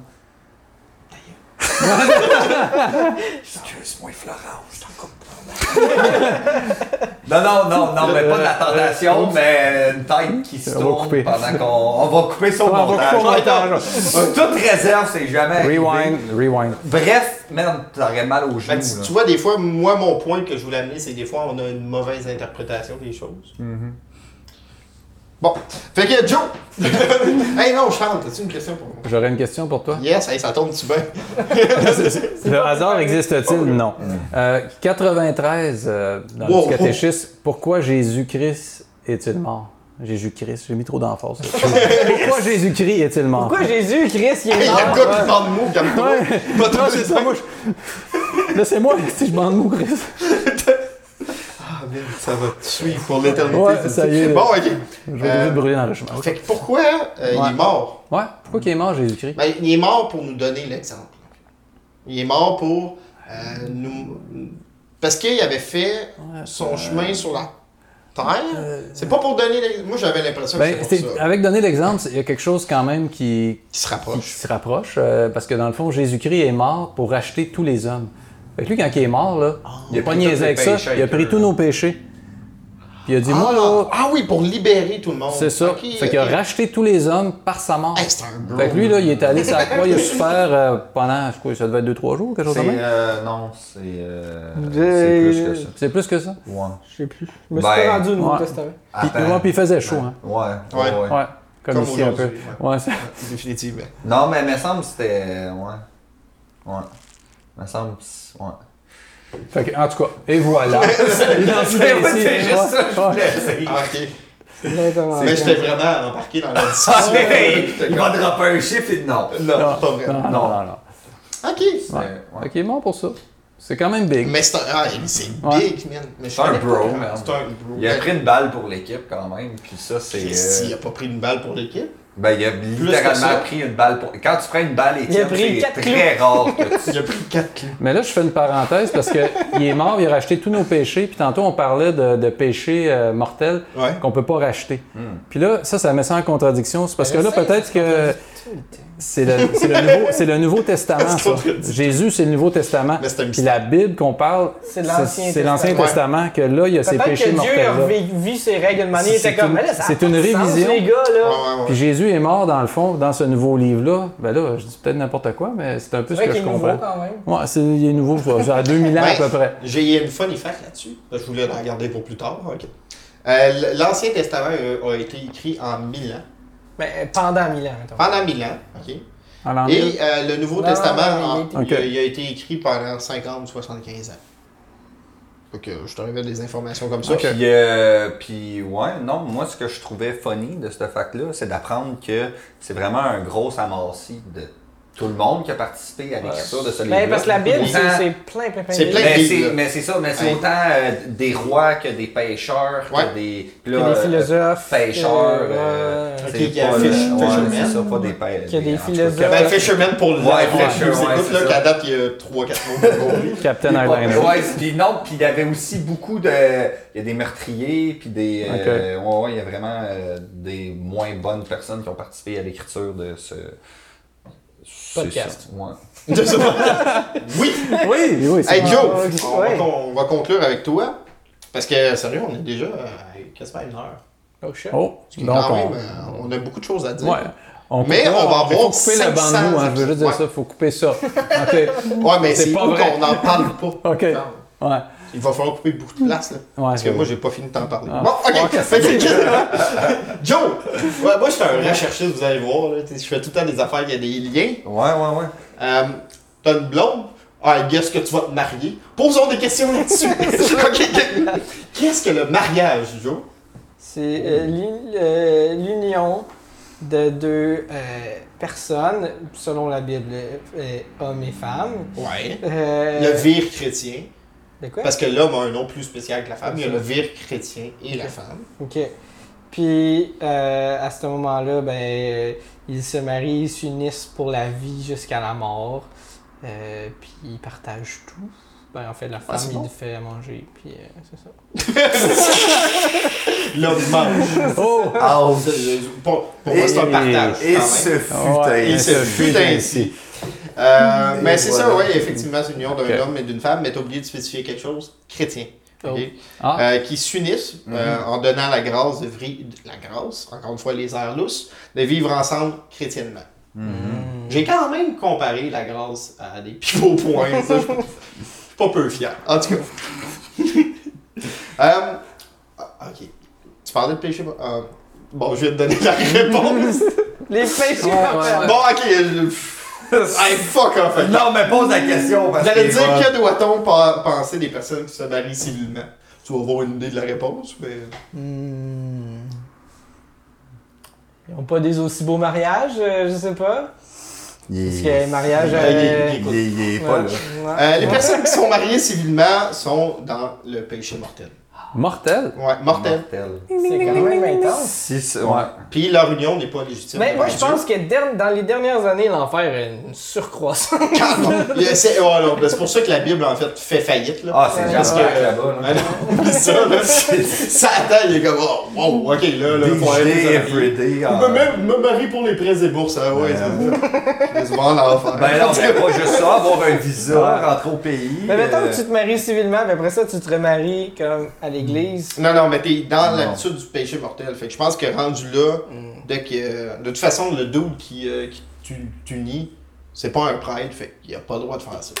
C: Excuse-moi, Florence, je t'en coupe pas. Non, non, non, non, mais pas de la tentation, mais une tête qui se
B: Euh, On va
C: tourne
B: couper.
C: pendant qu'on. On va couper ça au
B: Ouais, on va
C: montage.
B: couper au montage.
C: Toute réserve, c'est jamais. arrivé.
B: Rewind, rewind.
C: Bref, merde, t'aurais mal aux
A: ben,
C: genoux.
A: tu,
C: là.
A: tu vois, des fois, moi, mon point que je voulais amener, c'est que des fois, on a une mauvaise interprétation des choses.
B: Mm-hmm.
A: Bon. Fait que, Joe! hey, non, Charles, t'as-tu une question pour moi?
B: J'aurais une question pour toi.
A: Yes, hey, ça tombe-tu bien?
B: Le hasard
A: Oh.
B: existe-t-il? Non. Euh, 93, euh, dans
A: Wow.
B: le petit catéchisme, pourquoi Jésus-Christ est-il mort? Jésus-Christ, j'ai mis trop d'emphase. là-dessus. pourquoi Jésus-Christ est-il mort?
D: pourquoi Jésus, Christ, il
A: Hey,
D: est
A: y'a le
D: mort?
A: gars qui parle de mots, comme toi. Pas toi, c'est ça.
B: moi, je- Là, c'est moi, si je bande mon Christ.
A: Ah, merde, ça va te suivre pour l'éternité.
B: Ouais,
A: c'est
B: ça y est.
A: Bon, ok.
B: Je vais
A: Euh,
B: obligé de brûler dans le chemin.
A: Fait que pourquoi euh, il
B: Ouais.
A: est mort?
B: Ouais, pourquoi qu'il est mort, Jésus-Christ?
A: Ben, il est mort pour nous donner l'exemple. Il est mort pour euh, nous. Parce qu'il avait fait son chemin sur la terre. c'est pas pour donner. l'exemple. Moi, j'avais l'impression
B: Euh, Ben,
A: que c'est
B: c'est-
A: pour ça.
B: avec donner l'exemple, c'est- il y a quelque chose quand même qui,
A: Qui se
B: qui
A: rapproche.
B: se rapproche, euh, parce que dans le fond, Jésus-Christ est mort pour racheter tous les hommes. Fait que lui, quand il est mort, là, il
C: Il
B: a
C: a
B: pas
C: pris tous
B: niaisé
C: les
B: avec ça,
C: péchés,
B: il a pris
C: euh,
B: tous nos péchés. Puis il a dit, moi, là,
A: ah, ah oui, pour libérer tout le monde.
B: c'est ça.
A: Ah, Ok,
B: fait qu'il a
A: ok.
B: racheté tous les hommes par sa mort.
A: Hey, c'est un bro.
B: Fait que lui, là, il est allé sur la croix, il a souffert euh, pendant, je crois, ça devait être 2-3 jours, quelque chose
C: C'est.
B: comme ça.
C: euh, non, c'est. euh,
D: Des-
C: c'est plus que ça.
B: C'est plus que ça.
C: Ouais.
D: Je sais plus. Je me suis
C: Ben,
D: pas rendu au Nouveau
B: ouais.
D: Testament.
B: Puis,
C: Attends.
B: ouais, puis il faisait chaud, hein.
C: Ouais,
A: Ouais.
C: ouais, ouais.
B: Ouais, comme,
A: Comme
B: ici un peu.
A: aujourd'hui,
B: Ouais, ça-
A: Définitivement.
C: Non, mais il me semble que c'était. euh, Ouais. Ouais. Il me semble. que c'est- Ouais.
B: Fait que, en tout cas, et voilà.
C: C'est c'est juste ça que je
B: Ouais.
C: voulais dire.
A: Ah, ok.
D: Exactement.
A: Mais j'étais vraiment embarqué dans la
C: Ah,
A: discussion.
C: hey, il va dropper un chiffre et non.
A: non,
B: Non,
A: pas vrai.
B: non, non, non, non.
A: Ok.
C: Ouais.
B: Fait qu'il est mort pour ça. C'est quand même big.
A: Mais c'est un. Ah, c'est
B: Ouais.
A: big, man. Mais je
C: C'est un
A: savais pas
C: bro,
A: comment-
C: man.
A: C'est un bro.
C: Il a pris une balle pour l'équipe quand même, puis ça c'est.
A: Christy, il
C: euh,
A: a pas pris une balle pour l'équipe.
C: Ben il a
A: que ça.
C: littéralement pris une balle pour. Quand tu prends une balle
D: Il a
C: équipe,
D: pris
C: c'est
D: quatre
C: très rare que tu.
A: Il a pris 4 clés.
B: Mais là, je fais une parenthèse parce que il est mort, il a racheté tous nos péchés. Puis tantôt, on parlait de, de péchés euh, mortels
A: Ouais.
B: qu'on peut pas racheter. Puis là, ça, ça met ça en contradiction. C'est parce que là, peut-être que C'est le, c'est le nouveau, c'est le Nouveau Testament, ça. Jésus, c'est le Nouveau Testament.
A: Mais c'est un
B: Puis la Bible qu'on parle,
D: C'est l'Ancien
B: c'est l'Ancien
A: Testament.
B: Testament, que là, il y a ces
D: Peut-être
B: péchés
D: que Dieu a
B: mortels-là.
D: revi- vu ses règles de manière, il
B: C'est
D: était comme,
B: une-
D: mais là, ça a
B: c'est
D: pas
B: une
D: de sens,
B: révision.
D: les gars,
A: Ouais,
D: là.
A: ouais, ouais.
B: Puis Jésus est mort, dans le fond, dans ce nouveau livre-là. Ben là, je dis peut-être n'importe quoi, mais c'est un peu
D: C'est
B: ce
D: vrai
B: que
D: qu'il
B: je
D: est nouveau
B: comprends.
D: quand même.
B: Ouais, c'est, il est nouveau, je vois, genre 2000 ans à peu près.
A: J'ai une funny fact là-dessus. parce que Je voulais la garder pour plus tard. ok. Euh, L'Ancien Testament euh, a été écrit en 1000 ans.
D: Mais euh, pendant mille ans, mettons.
A: Pendant 1000 ans. ok.
B: En l'an mille.
A: Et euh, le Nouveau
D: Non,
A: Testament,
D: non,
A: en-
D: il
A: il,
B: a été-
A: a, il a été écrit pendant 50 ou 75 ans. Donc, je te révèle des informations comme ça.
B: Ok.
F: Puis, euh, puis, ouais, non, moi, ce que je trouvais funny de ce fac-là, c'est d'apprendre que c'est vraiment un gros amassis de tout le monde qui a participé à l'écriture de ce livre.
D: Mais Ben, parce que la Bible,
A: Oui.
D: c'est c'est plein, plein, plein.
A: C'est
D: de-
A: plein.
F: Mais
A: Hey.
F: c'est, mais c'est ça, mais c'est
A: Hey.
F: autant euh, des rois que des pêcheurs,
A: Ouais.
F: que des, puis
D: Que
F: là,
D: des
F: euh,
D: philosophes,
F: pêcheurs.
D: que-
F: euh,
D: ouais.
F: c'est
A: Ok, qu'il y a
F: pas,
A: fish-
F: euh, ouais,
A: fisherman.
F: c'est ça, pas des pêcheurs.
D: Qu'il y a des philosophes.
A: Ben, Fisherman pour le
F: Ouais,
A: live, pour
F: Fisher,
A: ceux qui
F: ouais,
A: écoutent,
F: c'est
A: là,
F: ça.
A: qu'à date, il y a 3-4 mots aujourd'hui.
B: Captain Iron Man.
F: Ouais, puis non, puis il y avait aussi beaucoup de. Il y a des meurtriers, puis des. euh, ouais, ouais, il y a vraiment euh, des moins bonnes personnes qui ont participé à l'écriture de ce. ce-
D: Podcast.
F: ce- ouais.
A: Je sais pas. oui!
B: Oui, oui, c'est
A: Hey Joe,
D: Ah,
A: on, va
D: ouais.
A: con- on va conclure avec toi. Parce que, sérieux, on est déjà euh, quasiment à une heure.
D: Oh, shit.
B: Oh,
A: Parce que
B: donc
A: quand
B: on...
A: même, euh, on a beaucoup de choses à dire.
B: Ouais. On
A: Mais
B: coupera-
A: on va avoir
B: faut couper
A: 500
B: le bandeau, hein, je veux juste dire
A: Ouais.
B: ça, faut couper ça. OK,
A: Ouais, mais
B: C'est
A: c'est
B: pas
A: où
B: vrai.
A: qu'on n'en parle pas.
B: OK, ouais. ouais.
A: Il va falloir couper beaucoup de place, là. Parce que
B: ouais.
A: moi, j'ai pas fini de t'en parler.
B: Ah.
A: Bon, ok. Fait que- Joe, ouais, moi, je suis un recherchiste, vous allez voir. là. T'sais, Je fais tout le temps des affaires, il y a des liens.
F: Ouais, ouais, ouais.
A: Euh, T'as une blonde? Ah, guess que tu vas te marier? Posons des questions là-dessus. Ok. Qu'est-ce que le mariage, Joe?
D: C'est euh, l'uni- euh, l'union de deux euh, personnes, selon la Bible, euh, euh, hommes et femmes.
A: Ouais.
D: Euh,
A: Le vire chrétien.
D: De quoi?
A: Parce que l'homme a un nom plus spécial que la femme. Il y a le
D: Absolument.
A: vire chrétien et la femme.
D: OK. Puis, euh, à ce moment-là, ben, euh, ils se marient, ils s'unissent pour la vie jusqu'à la mort. Euh, puis, ils partagent tout. Ben, en fait, la femme,
A: c'est
D: il
A: bon.
D: fait à manger. Puis, euh, c'est ça.
A: L'homme mange.
B: Oh!
A: Bon, pour moi, c'est un
B: Et-
A: partage.
C: Et
A: quand même.
C: ce fut
B: Ouais.
A: Il
C: ainsi.
A: se
B: se
A: fut
B: fut
A: ainsi. Euh,
C: Et
A: mais c'est ça,
C: voilà.
A: oui, effectivement, c'est l'union d'un
B: Ok.
A: homme et d'une femme, mais t'as oublié de spécifier quelque chose, chrétien. ok?
D: Oh.
B: Ah.
A: Euh, qui s'unissent euh, en donnant la grâce de vri- de- la grâce, encore une fois les airs lousses, de vivre ensemble chrétiennement.
D: Oh.
F: Mhm.
D: Hmm.
A: J'ai quand même comparé la grâce à des pivots points, ça, je suis pas peu fier. En tout cas. Euh, ah, ok. Tu parlais de péché. euh, bon, je vais te donner la réponse.
D: Les péchés
B: Ouais,
D: mortels.
B: ouais,
A: Bon, ok. je- Hey, fuck en fait.
C: Non, mais pose la question parce
A: J'allais dire
C: que.
A: que doit-on pa- penser des personnes qui se marient civilement Tu vas avoir une idée de la réponse, mais. euh,
D: Hmm. Ils n'ont pas des aussi beaux mariages, euh, je sais pas. Parce
C: Il
D: que
C: est-
D: les mariages.
A: Ben,
D: euh,
A: il-
C: Ah, il est- il est pas là.
D: ouais.
A: Euh, les personnes qui sont mariées civilement sont dans le péché mortel.
B: Mortel?
A: Ouais, mortel.
F: Mortel.
D: C'est quand même intense.
C: Six, ouais.
B: Ouais.
A: Puis leur union n'est pas légitime.
D: Mais moi, je
A: devant
D: pense que der- dans les dernières années, l'enfer a une surcroissance.
A: Dieu. Quand on- Il y a- C'est oh, non, ben, c'est pour ça que la Bible, en fait, fait faillite. Là.
C: Ah, c'est
D: Ouais.
A: Parce
C: genre
A: que-
C: là-bas. là.
A: Ah, non, oublie ça, là. Satan, il est comme, oh, wow, ok, là, là, faut aller
C: Day
A: se marier.
C: everyday.
F: ah,
A: Je peux même me marier pour les prêts et bourses, hein, ouais,
C: Ouais.
A: c'est ça. C'est souvent l'enfer.
C: Ben non, mais pas juste ça, avoir un visa, rentrer au pays.
D: Mais mettons
C: euh,
D: que tu te maries civilement, puis après ça, tu te remaries comme à l'église.
A: Non, non, mais t'es dans
C: Non. Mm.
A: l'habitude du péché mortel. Fait que je pense que rendu là, dès que, euh, de toute façon, le dude qui, euh, qui tu- t'unit, c'est pas un prêtre, fait qu'il a pas le droit de faire ça.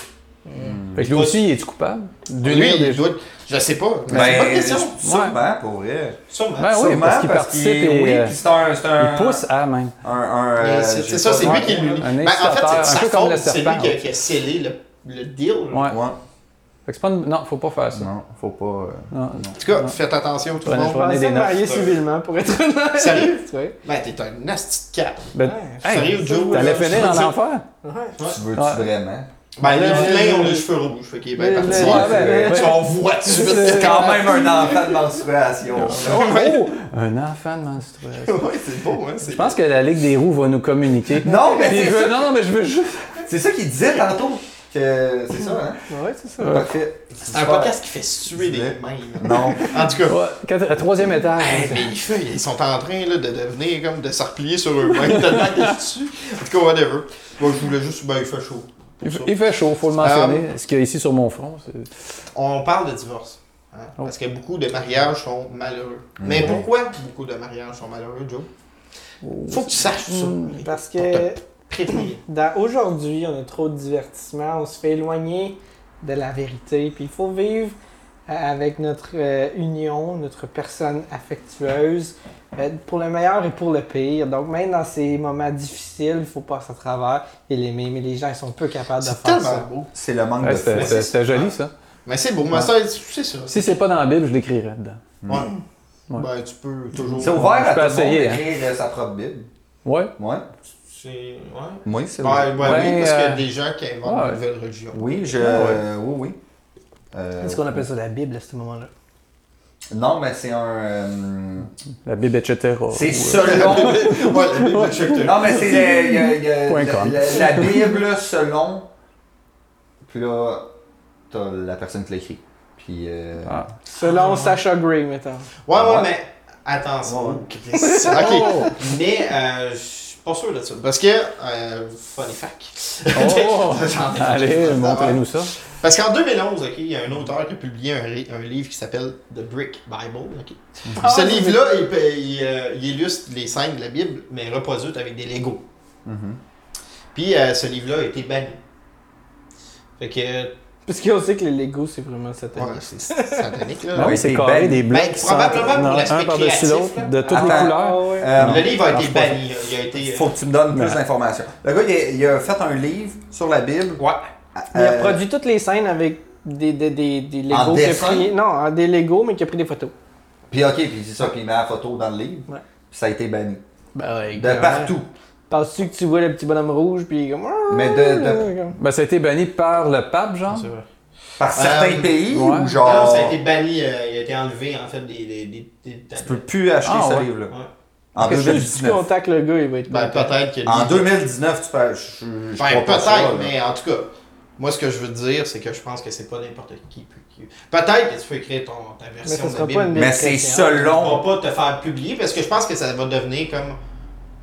B: Fait que lui aussi, est tu coupable? D'unir
A: Lui, il
B: des-
A: doit. Je sais pas. mais c'est pas une
C: Ben,
A: question.
C: sûrement, pour vrai.
A: Sûrement.
B: Ben oui,
C: Sûrement,
B: parce qu'il participe
C: qu'il-
B: et,
C: oui,
B: euh,
C: puis c'est un. C'est
B: Il
C: un
B: pousse à même.
C: un- un,
A: Mais
C: euh,
A: c'est-
C: j'ai
A: c'est ça,
C: pas
A: c'est
C: le
A: lui
C: nom.
A: qui l'unit.
B: Un
A: Ben, en fait, c'est de
B: incitateur,
A: sa
B: un peu comme
A: faute,
B: le
A: c'est lui
B: serpent,
A: qui a,
B: ouais.
A: qui a scellé le, le deal.
B: Ouais.
C: Ouais.
B: Fait que c'est pas une- Non, faut pas faire ça.
C: Non, faut pas. euh,
B: Non.
A: En tout cas, faites attention tout le
B: Prenez-
A: monde.
D: Je pensais
B: des
D: me
B: notes,
D: marier
A: ça.
D: civilement, pour être honnête.
A: Sérieux?
D: Ouais.
A: Ben, t'es un nasty de cap.
B: Ben,
D: Ouais.
B: hey,
A: Sérieux, Joe?
B: t'allais
A: là,
B: finir
A: tu-
B: dans l'enfer?
C: Tu veux-tu
B: Ouais.
C: vraiment?
A: Ben, les
D: Le-
A: vilains ont
D: le-
A: les cheveux rouges. Fait qu'il est bien
D: le-
A: parti.
D: le-
B: ouais, ben,
A: Tu
B: ouais.
A: en vois tout de suite.
C: C'est quand même un enfant de menstruation.
B: Oh! Un enfant de menstruation.
A: Ouais, c'est beau, hein. c'est-
B: Je pense que la Ligue des roues va nous communiquer.
C: Non, mais
B: Puis
C: c'est
B: je veux- Non, non, mais je veux juste.
C: C'est ça qu'il disait tantôt. Que que c'est ça, hein?
D: Ouais, c'est ça.
C: Parfait.
A: C'est un podcast qui fait suer les
C: Ouais.
A: mains. là.
C: Non.
A: En tout cas.
B: Ouais, quatre- troisième étage.
A: Hey, mais les feuilles, ils sont en train là, de devenir comme de se replier sur eux-mêmes tellement qu'ils dessus. En tout cas, whatever. Moi, je voulais juste. Ben, il fait chaud.
B: il, fait- il fait chaud, faut le mentionner. Ce qu'il y a ici sur mon front, c'est-
A: On parle de divorce. hein,
B: Oh.
A: Parce que beaucoup de mariages sont malheureux.
C: Mm.
A: Mais pourquoi beaucoup de mariages sont malheureux, Joe
B: Oh.
A: Faut que tu saches ça.
B: Mm.
D: Hmm,
A: Pour
D: Parce que
A: te prévenir.
D: dans- aujourd'hui, on a trop de divertissement, on se fait éloigner de la vérité, puis il faut vivre euh, avec notre euh, union, notre personne affectueuse, euh, pour le meilleur et pour le pire. Donc même dans ces moments difficiles, il faut passer à travers et l'aimer, mais les gens ils sont peu
B: Ah,
D: capables de
A: C'est
D: faire
A: tellement
D: ça.
A: beau.
C: Ah, ben, C'est le manque
B: Ouais,
C: de
B: c'était-
C: foi.
B: c'était c'était joli ça.
A: Mais c'est beau, mais
B: Ouais.
A: ça, c'est ça.
B: Si c'est pas dans la Bible, je l'écrirais dedans.
A: Ouais.
B: Mm. Ouais.
A: Ben, tu peux toujours.
C: Mm. C'est ouvert
B: Ouais, je
C: à
B: peux
C: tout le monde
B: essayer, hein.
C: d'écrire euh, sa propre Bible.
B: Ouais.
C: Ouais.
A: C'est. Ouais.
C: Oui, c'est
A: Ben,
C: vrai.
A: ben oui,
B: Ouais,
A: parce qu'il y a
B: euh,
A: des gens qui inventent
B: ouais.
A: une nouvelle religion.
C: Oui, je.
B: Ouais, Ah ouais.
C: euh, oui, oui. Euh,
D: Est-ce qu'on appelle ça la Bible à ce moment-là?
C: Non, mais c'est un. euh,
B: La Bible, etc.
C: C'est
B: Ou,
C: selon.
A: ouais, la Bible, check it.
C: Non, mais c'est le- il y a- il y a-
B: Point
C: la-
B: com.
C: la, la Bible selon. Puis là, t'as la personne qui l'écrit. Puis. euh,
B: Ah.
D: Selon Sacha Gray, mettons.
A: Ouais, ouais,
C: Ouais.
A: mais attention.
C: Ouais.
A: Ok.
B: Oh!
A: Mais euh, je suis pas sûr de ça. Parce que, euh, funny fact.
B: Oh!
A: J'en ai-
B: Allez, montrez-nous ça.
A: Parce qu'en 2011, ok, il y a un auteur qui a publié un, ri- un livre qui s'appelle The Brick Bible. ok. Puis ce
D: Ah,
A: livre-là, il, il, euh, il illustre les scènes de la Bible, mais reproduites avec des Legos.
C: mhm.
A: Puis euh, ce livre-là a été banni. Fait que, euh,
D: Parce qu'on sait que les Legos, c'est vraiment cette
A: ouais, c'est c'est satanique, là.
B: Non,
C: oui,
B: Ah c'est
C: c'est
B: carré
C: ben-
B: des blocs
A: ben,
B: qui
A: probablement
B: sont-
A: pour
B: non,
A: l'aspect
B: un par-dessus
A: créatif,
B: l'autre,
A: là.
B: de toutes les
C: Attends.
D: Ah
B: couleurs.
C: Euh,
A: Le livre a été
B: marche pas.
A: banni. Il a été. euh,
C: Faut que tu me donnes
B: Mais-
C: plus d'informations. Le gars, il a, il a fait un livre sur la Bible.
A: Ouais.
D: Il a
C: Euh,
D: produit toutes les scènes avec des, des, des, des Legos.
C: En
D: qu'il a
C: dessin?
D: pris- non, en des Legos, mais qui a pris des photos.
C: Puis ok, puis il dit ça, puis il met la photo dans le livre.
D: Ouais.
C: Puis ça a été banni.
D: Ben ouais,
C: De partout.
D: Penses-tu que tu vois le petit bonhomme rouge, puis il est comme. ah,
C: Mais de- de-
D: Comme-
B: Ben, ça a été banni par le pape, genre.
A: c'est vrai.
C: Par certains
A: Euh,
C: pays
B: ouais.
C: ou
A: Non,
C: genre.
A: ça a été banni. euh, il a été enlevé, en fait, des. des, des, des-
C: Tu peux plus acheter
B: Ah,
C: ce
B: ouais.
C: livre-là.
A: Ouais.
C: En
D: Que si tu
C: 2019.
D: contactes le gars, il va être.
A: Ben,
D: content.
A: peut-être que. le
C: En
A: livre-
C: 2019, tu peux. Je, je- je
A: Ben,
C: crois pas ça, là.
A: peut-être, mais en tout cas, moi, ce que je veux dire, c'est que je pense que c'est pas n'importe qui. peut- qui- Peut-être que tu peux écrire ton, ta version
D: ça
A: de
D: sera
A: la
D: pas
A: Bible.
D: une-
C: Mais c'est
A: On
C: selon.
A: va pas te faire publier parce que je pense que ça va devenir comme.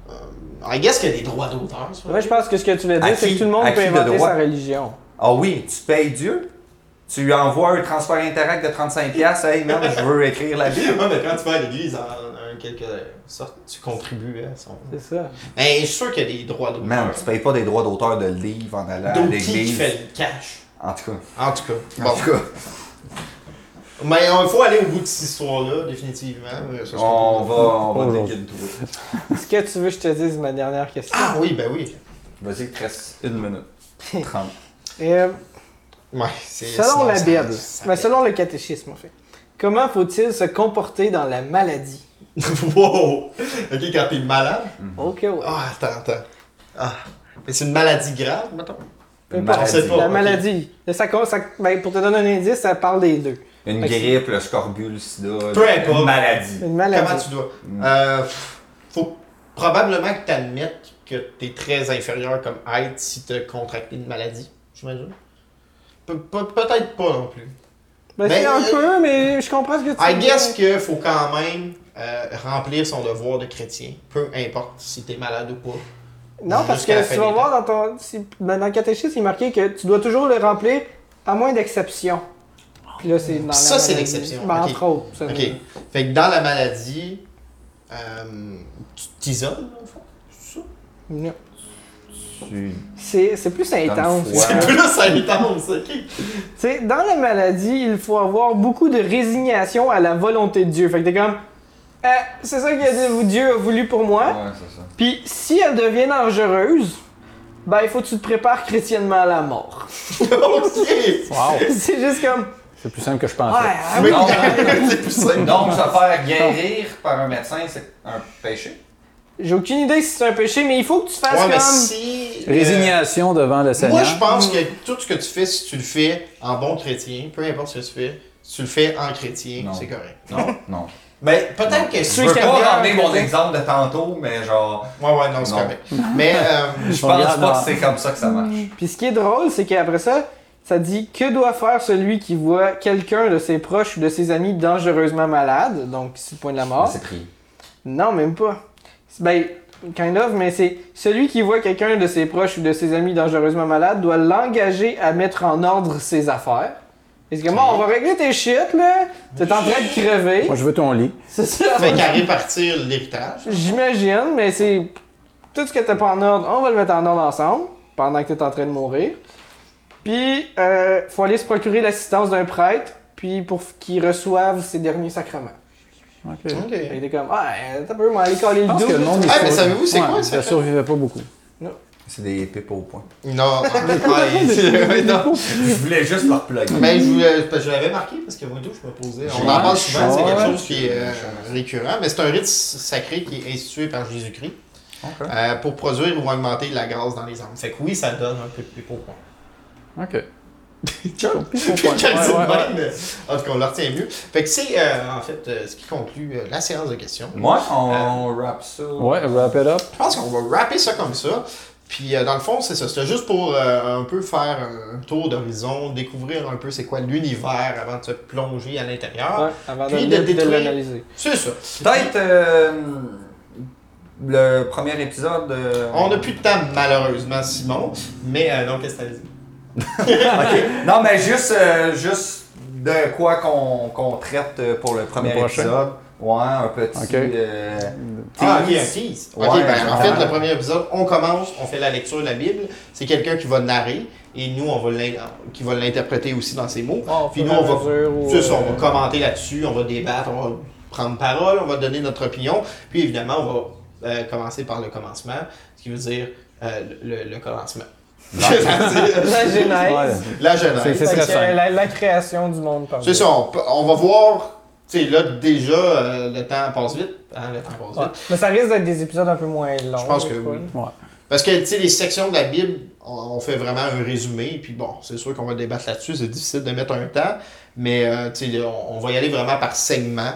A: euh, I guess qu'il y a des droits d'auteur. ça.
D: Moi, je pense que ce que tu veux
C: À
D: dire, c'est
C: qui-
D: que tout le monde
C: à
D: peut
C: qui de
D: inventer
C: droit?
D: sa religion.
C: Ah oui, tu payes Dieu. Tu lui envoies un transfert interact de 35$. Hey, man, je veux écrire la Bible.
A: Ouais, mais quand tu vas à l'église, en, en quelque sorte, tu contribues à son.
D: C'est ça.
A: Mais je suis sûr qu'il y a des droits
C: Man,
A: d'auteur.
C: tu payes pas des droits d'auteur de livre en allant à
A: Donc, qui
C: l'église.
A: fait le cash
C: En tout cas.
A: En tout cas.
C: En
A: Bon.
C: tout cas.
A: Mais il faut aller au bout de cette histoire-là, définitivement. mais ça, je
C: On va, on va
B: Aujourd'hui.
C: déguer de tout.
D: Est-ce que tu veux que je te dise ma dernière question?
A: Ah oui, ben oui.
C: Vas-y, te reste une minute. 30.
D: Euh,
A: Ouais, c'est-
D: selon
A: sinon,
D: la
A: ça-
D: Bible,
A: ça-
D: ben, selon le catéchisme, en fait, comment faut-il se comporter dans la maladie?
A: wow! Ok, quand t'es malade.
C: Mhm.
D: Ok, ouais.
A: Ah, attends, attends. Ah. Mais c'est une maladie grave, mettons.
D: Peu
C: Une
D: importe.
A: On
C: maladie.
A: sait pas.
D: La
A: ok.
D: maladie. Ça, com- ça- ben, pour te donner un indice, ça parle des deux.
C: Une
D: Fait que-
C: grippe, le scorbut, le sida.
A: Peu importe.
C: Une maladie.
D: Une
A: Comment
D: maladie.
A: tu dois? Euh, faut probablement que t'admettes que t'es très inférieur comme être si t'as contracté une maladie, j'imagine. Pe- pe- Peut-être pas non plus.
D: Ben, c'est
A: Ben,
D: un
A: euh,
D: peu, mais je comprends ce que tu
A: I
D: veux
A: guess
D: dire.
A: que faut quand même euh, remplir son devoir de chrétien, peu importe si t'es malade ou pas.
D: Non, parce
A: jusqu'à la
D: que
A: fin
D: tu vas
A: des
D: voir dans ton. si- ben, dans le catéchisme, il est marqué que tu dois toujours le remplir à moins d'exception. Puis là, c'est dans la
A: Ça, c'est
D: maladie.
A: l'exception,
D: Ben,
A: ok.
D: entre autres. ça,
A: Ok.
D: oui.
A: Fait que dans la maladie, euh, tu t'isoles, au fond. C'est ça?
D: Non.
C: Tu-
D: C'est c'est plus intense.
C: le foie.
A: C'est plus intense, ok.
D: Tu sais, dans la maladie, il faut avoir beaucoup de résignation à la volonté de Dieu. Fait que t'es comme. Eh, c'est ça que Dieu a voulu pour moi.
C: Ouais, c'est ça.
D: Puis si elle devient dangereuse, ben il faut que tu te prépares chrétiennement à la mort.
A: ok.
B: Wow!
D: c'est juste comme
B: C'est plus simple que je
D: ouais,
B: pensais.
D: ah oui.
C: Non.
A: c'est plus simple.
C: Donc, se faire guérir par un médecin, c'est un péché.
D: J'ai aucune idée si c'est un péché, mais il faut que tu fasses
A: Ouais, mais
D: comme
A: si. euh,
B: Résignation devant le Seigneur.
A: Moi, je pense que tout ce que tu fais, si tu le fais en bon chrétien, peu importe ce que tu fais, si tu le fais en chrétien,
C: Non.
A: c'est correct.
C: Non, non.
A: Mais peut-être que
F: Je
A: si.
D: Ceux
F: veux
D: qui
F: pas
D: regardent,
F: ramener mon
D: c'est-
F: exemple de tantôt, mais genre,
A: Ouais, ouais, non, c'est
F: Non.
A: correct. Mais. euh,
F: je
B: On
F: pense
B: regarde
F: pas
B: dans-
F: que c'est comme ça que ça marche.
D: Puis ce qui est drôle, c'est qu'après ça, ça dit que doit faire celui qui voit quelqu'un de ses proches ou de ses amis dangereusement malade, donc c'est le point de la mort.
F: C'est pris.
D: Non, même pas. C'est- Ben, kind of, mais c'est celui qui voit quelqu'un de ses proches ou de ses amis dangereusement malade doit l'engager à mettre en ordre ses affaires. Parce que moi, on va régler tes shit, là. T'es en train de crever.
B: Moi, je veux ton lit.
D: C'est ça.
A: Fait qu'à répartir l'héritage.
D: J'imagine, mais c'est tout ce que t'as pas en ordre, on va le mettre en ordre ensemble pendant que t'es en train de mourir. Puis, euh, faut aller se procurer l'assistance d'un prêtre, puis pour f- qu'il reçoive ses derniers sacrements.
B: Ok.
A: Ok.
D: Fait
A: Hey,
D: que t'es comme, ah, euh, t'as peu, moi, aller coller
B: Je
D: le
B: pense
D: dos.
B: que le monde. il
A: Ah, mais
B: faut-
A: savez-vous, c'est
B: ouais,
A: quoi ça?
B: Ça survivait pas beaucoup.
C: C'est des pépos au point.
A: Non. Ouais, non.
F: Je voulais juste leur plugger.
A: Mais je, voulais- parce que je l'avais marqué parce que moi tout, je me posais. On en parle souvent, c'est quelque
B: Ouais.
A: chose qui est euh, récurrent, mais c'est un rite sacré qui est institué par Jésus-Christ
C: Ok.
A: euh, pour produire ou augmenter de la grâce dans les âmes. Fait que oui, ça donne un peu de pipo point.
B: Ok.
A: Quel
B: Ouais,
A: type
B: ouais,
A: de même. En tout cas, on le retient mieux. Fait que c'est euh, en fait euh, ce qui conclut euh, la séance de questions.
F: Moi, on rap ça.
B: Ouais, wrap it up.
A: Je pense qu'on va rapper ça comme ça. Puis euh, dans le fond, c'est ça. C'était juste pour euh, un peu faire un tour d'horizon, découvrir un peu c'est quoi l'univers avant de se plonger à l'intérieur.
D: Ouais, avant de,
A: Ah, Puis
D: de-
A: de
D: de
A: détruire-
D: l'analyser.
A: C'est ça.
F: Peut-être euh, le premier épisode. euh,
A: On n'a plus de temps malheureusement, Simon. Mais euh, non, qu'est-ce que t'as dit?
F: Ok. Non, mais juste, euh, juste de quoi qu'on qu'on traite euh, pour le premier
B: Le prochain.
F: épisode. Ouais, un petit.
B: Ok.
F: euh,
A: Ah, ok, un
F: tease.
A: tease.
F: Ouais,
A: ok, ben en
F: genre.
A: fait, le premier épisode, on commence, on fait la lecture de la Bible. C'est quelqu'un qui va narrer et nous, on va l'in- qui va l'interpréter aussi dans ses mots.
B: Ah,
D: Oh,
A: Puis
D: au
A: nous,
D: fur et
A: on
D: à
A: va-
D: mesure où,
A: C'est ça,
D: euh,
A: on va commenter là-dessus, on va débattre, on va prendre parole, on va donner notre opinion. Puis évidemment, on va euh, commencer par le commencement, ce qui veut dire euh, le, le commencement.
D: La genèse.
B: Ouais.
A: la
B: C'est-
A: jeunesse.
B: c'est
D: Fait
B: très
D: que,
B: simple.
D: la, la création du monde, par
A: C'est ça, on, peut- on va voir. Tu sais, là, déjà, euh, le temps passe vite. hein, le temps passe
D: Ouais.
A: vite.
D: Mais ça risque d'être des épisodes un peu moins longs.
A: Je pense que
D: des fois.
A: oui.
B: Ouais.
A: Parce que, tu sais, les sections de la Bible, on, on fait vraiment un résumé. Puis bon, c'est sûr qu'on va débattre là-dessus. C'est difficile de mettre un temps. Mais, euh, tu sais, on, on va y aller vraiment par segment.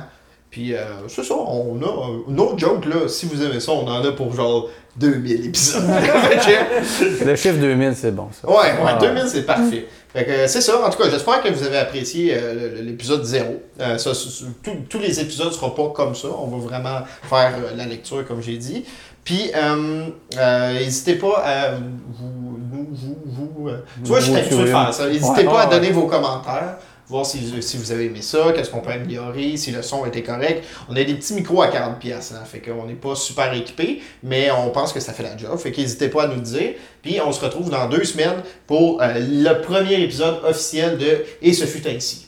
A: Puis, euh, c'est ça, on a. euh, Nos jokes, là, si vous aimez ça, on en a pour genre 2000 épisodes. Fait que-
B: Le chiffre 2000, c'est bon, ça.
A: Ouais, ouais,
B: Ah.
A: 2000, c'est parfait. Fait que, euh, c'est ça. En tout cas, j'espère que vous avez apprécié euh, le- le- l'épisode 0. Euh, ça, c'est- c'est- tous- tous les épisodes ne seront pas comme ça. On va vraiment faire euh, la lecture, comme j'ai dit. Puis, euh, euh, n'hésitez pas à vous. nous- vous, vous, euh, tu vois, je suis
B: Vous
A: habitué de
B: suivre.
A: faire ça. N'hésitez
B: Ouais.
A: pas à
B: Ah, ouais.
A: donner vos commentaires. Voir si, si vous avez aimé ça, qu'est-ce qu'on peut améliorer, si le son était correct. On a des petits micros à 40$, pièces fait qu'on n'est pas super équipé, mais on pense que ça fait la job. Fait qu'hésitez pas à nous le dire. Puis on se retrouve dans deux semaines pour euh, le premier épisode officiel de Et ce fut ainsi.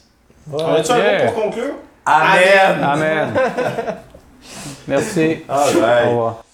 D: Ouais.
A: On a-tu un
B: Yeah.
A: mot pour conclure?
F: Amen!
B: Amen. Merci.
F: All right.
B: Au revoir.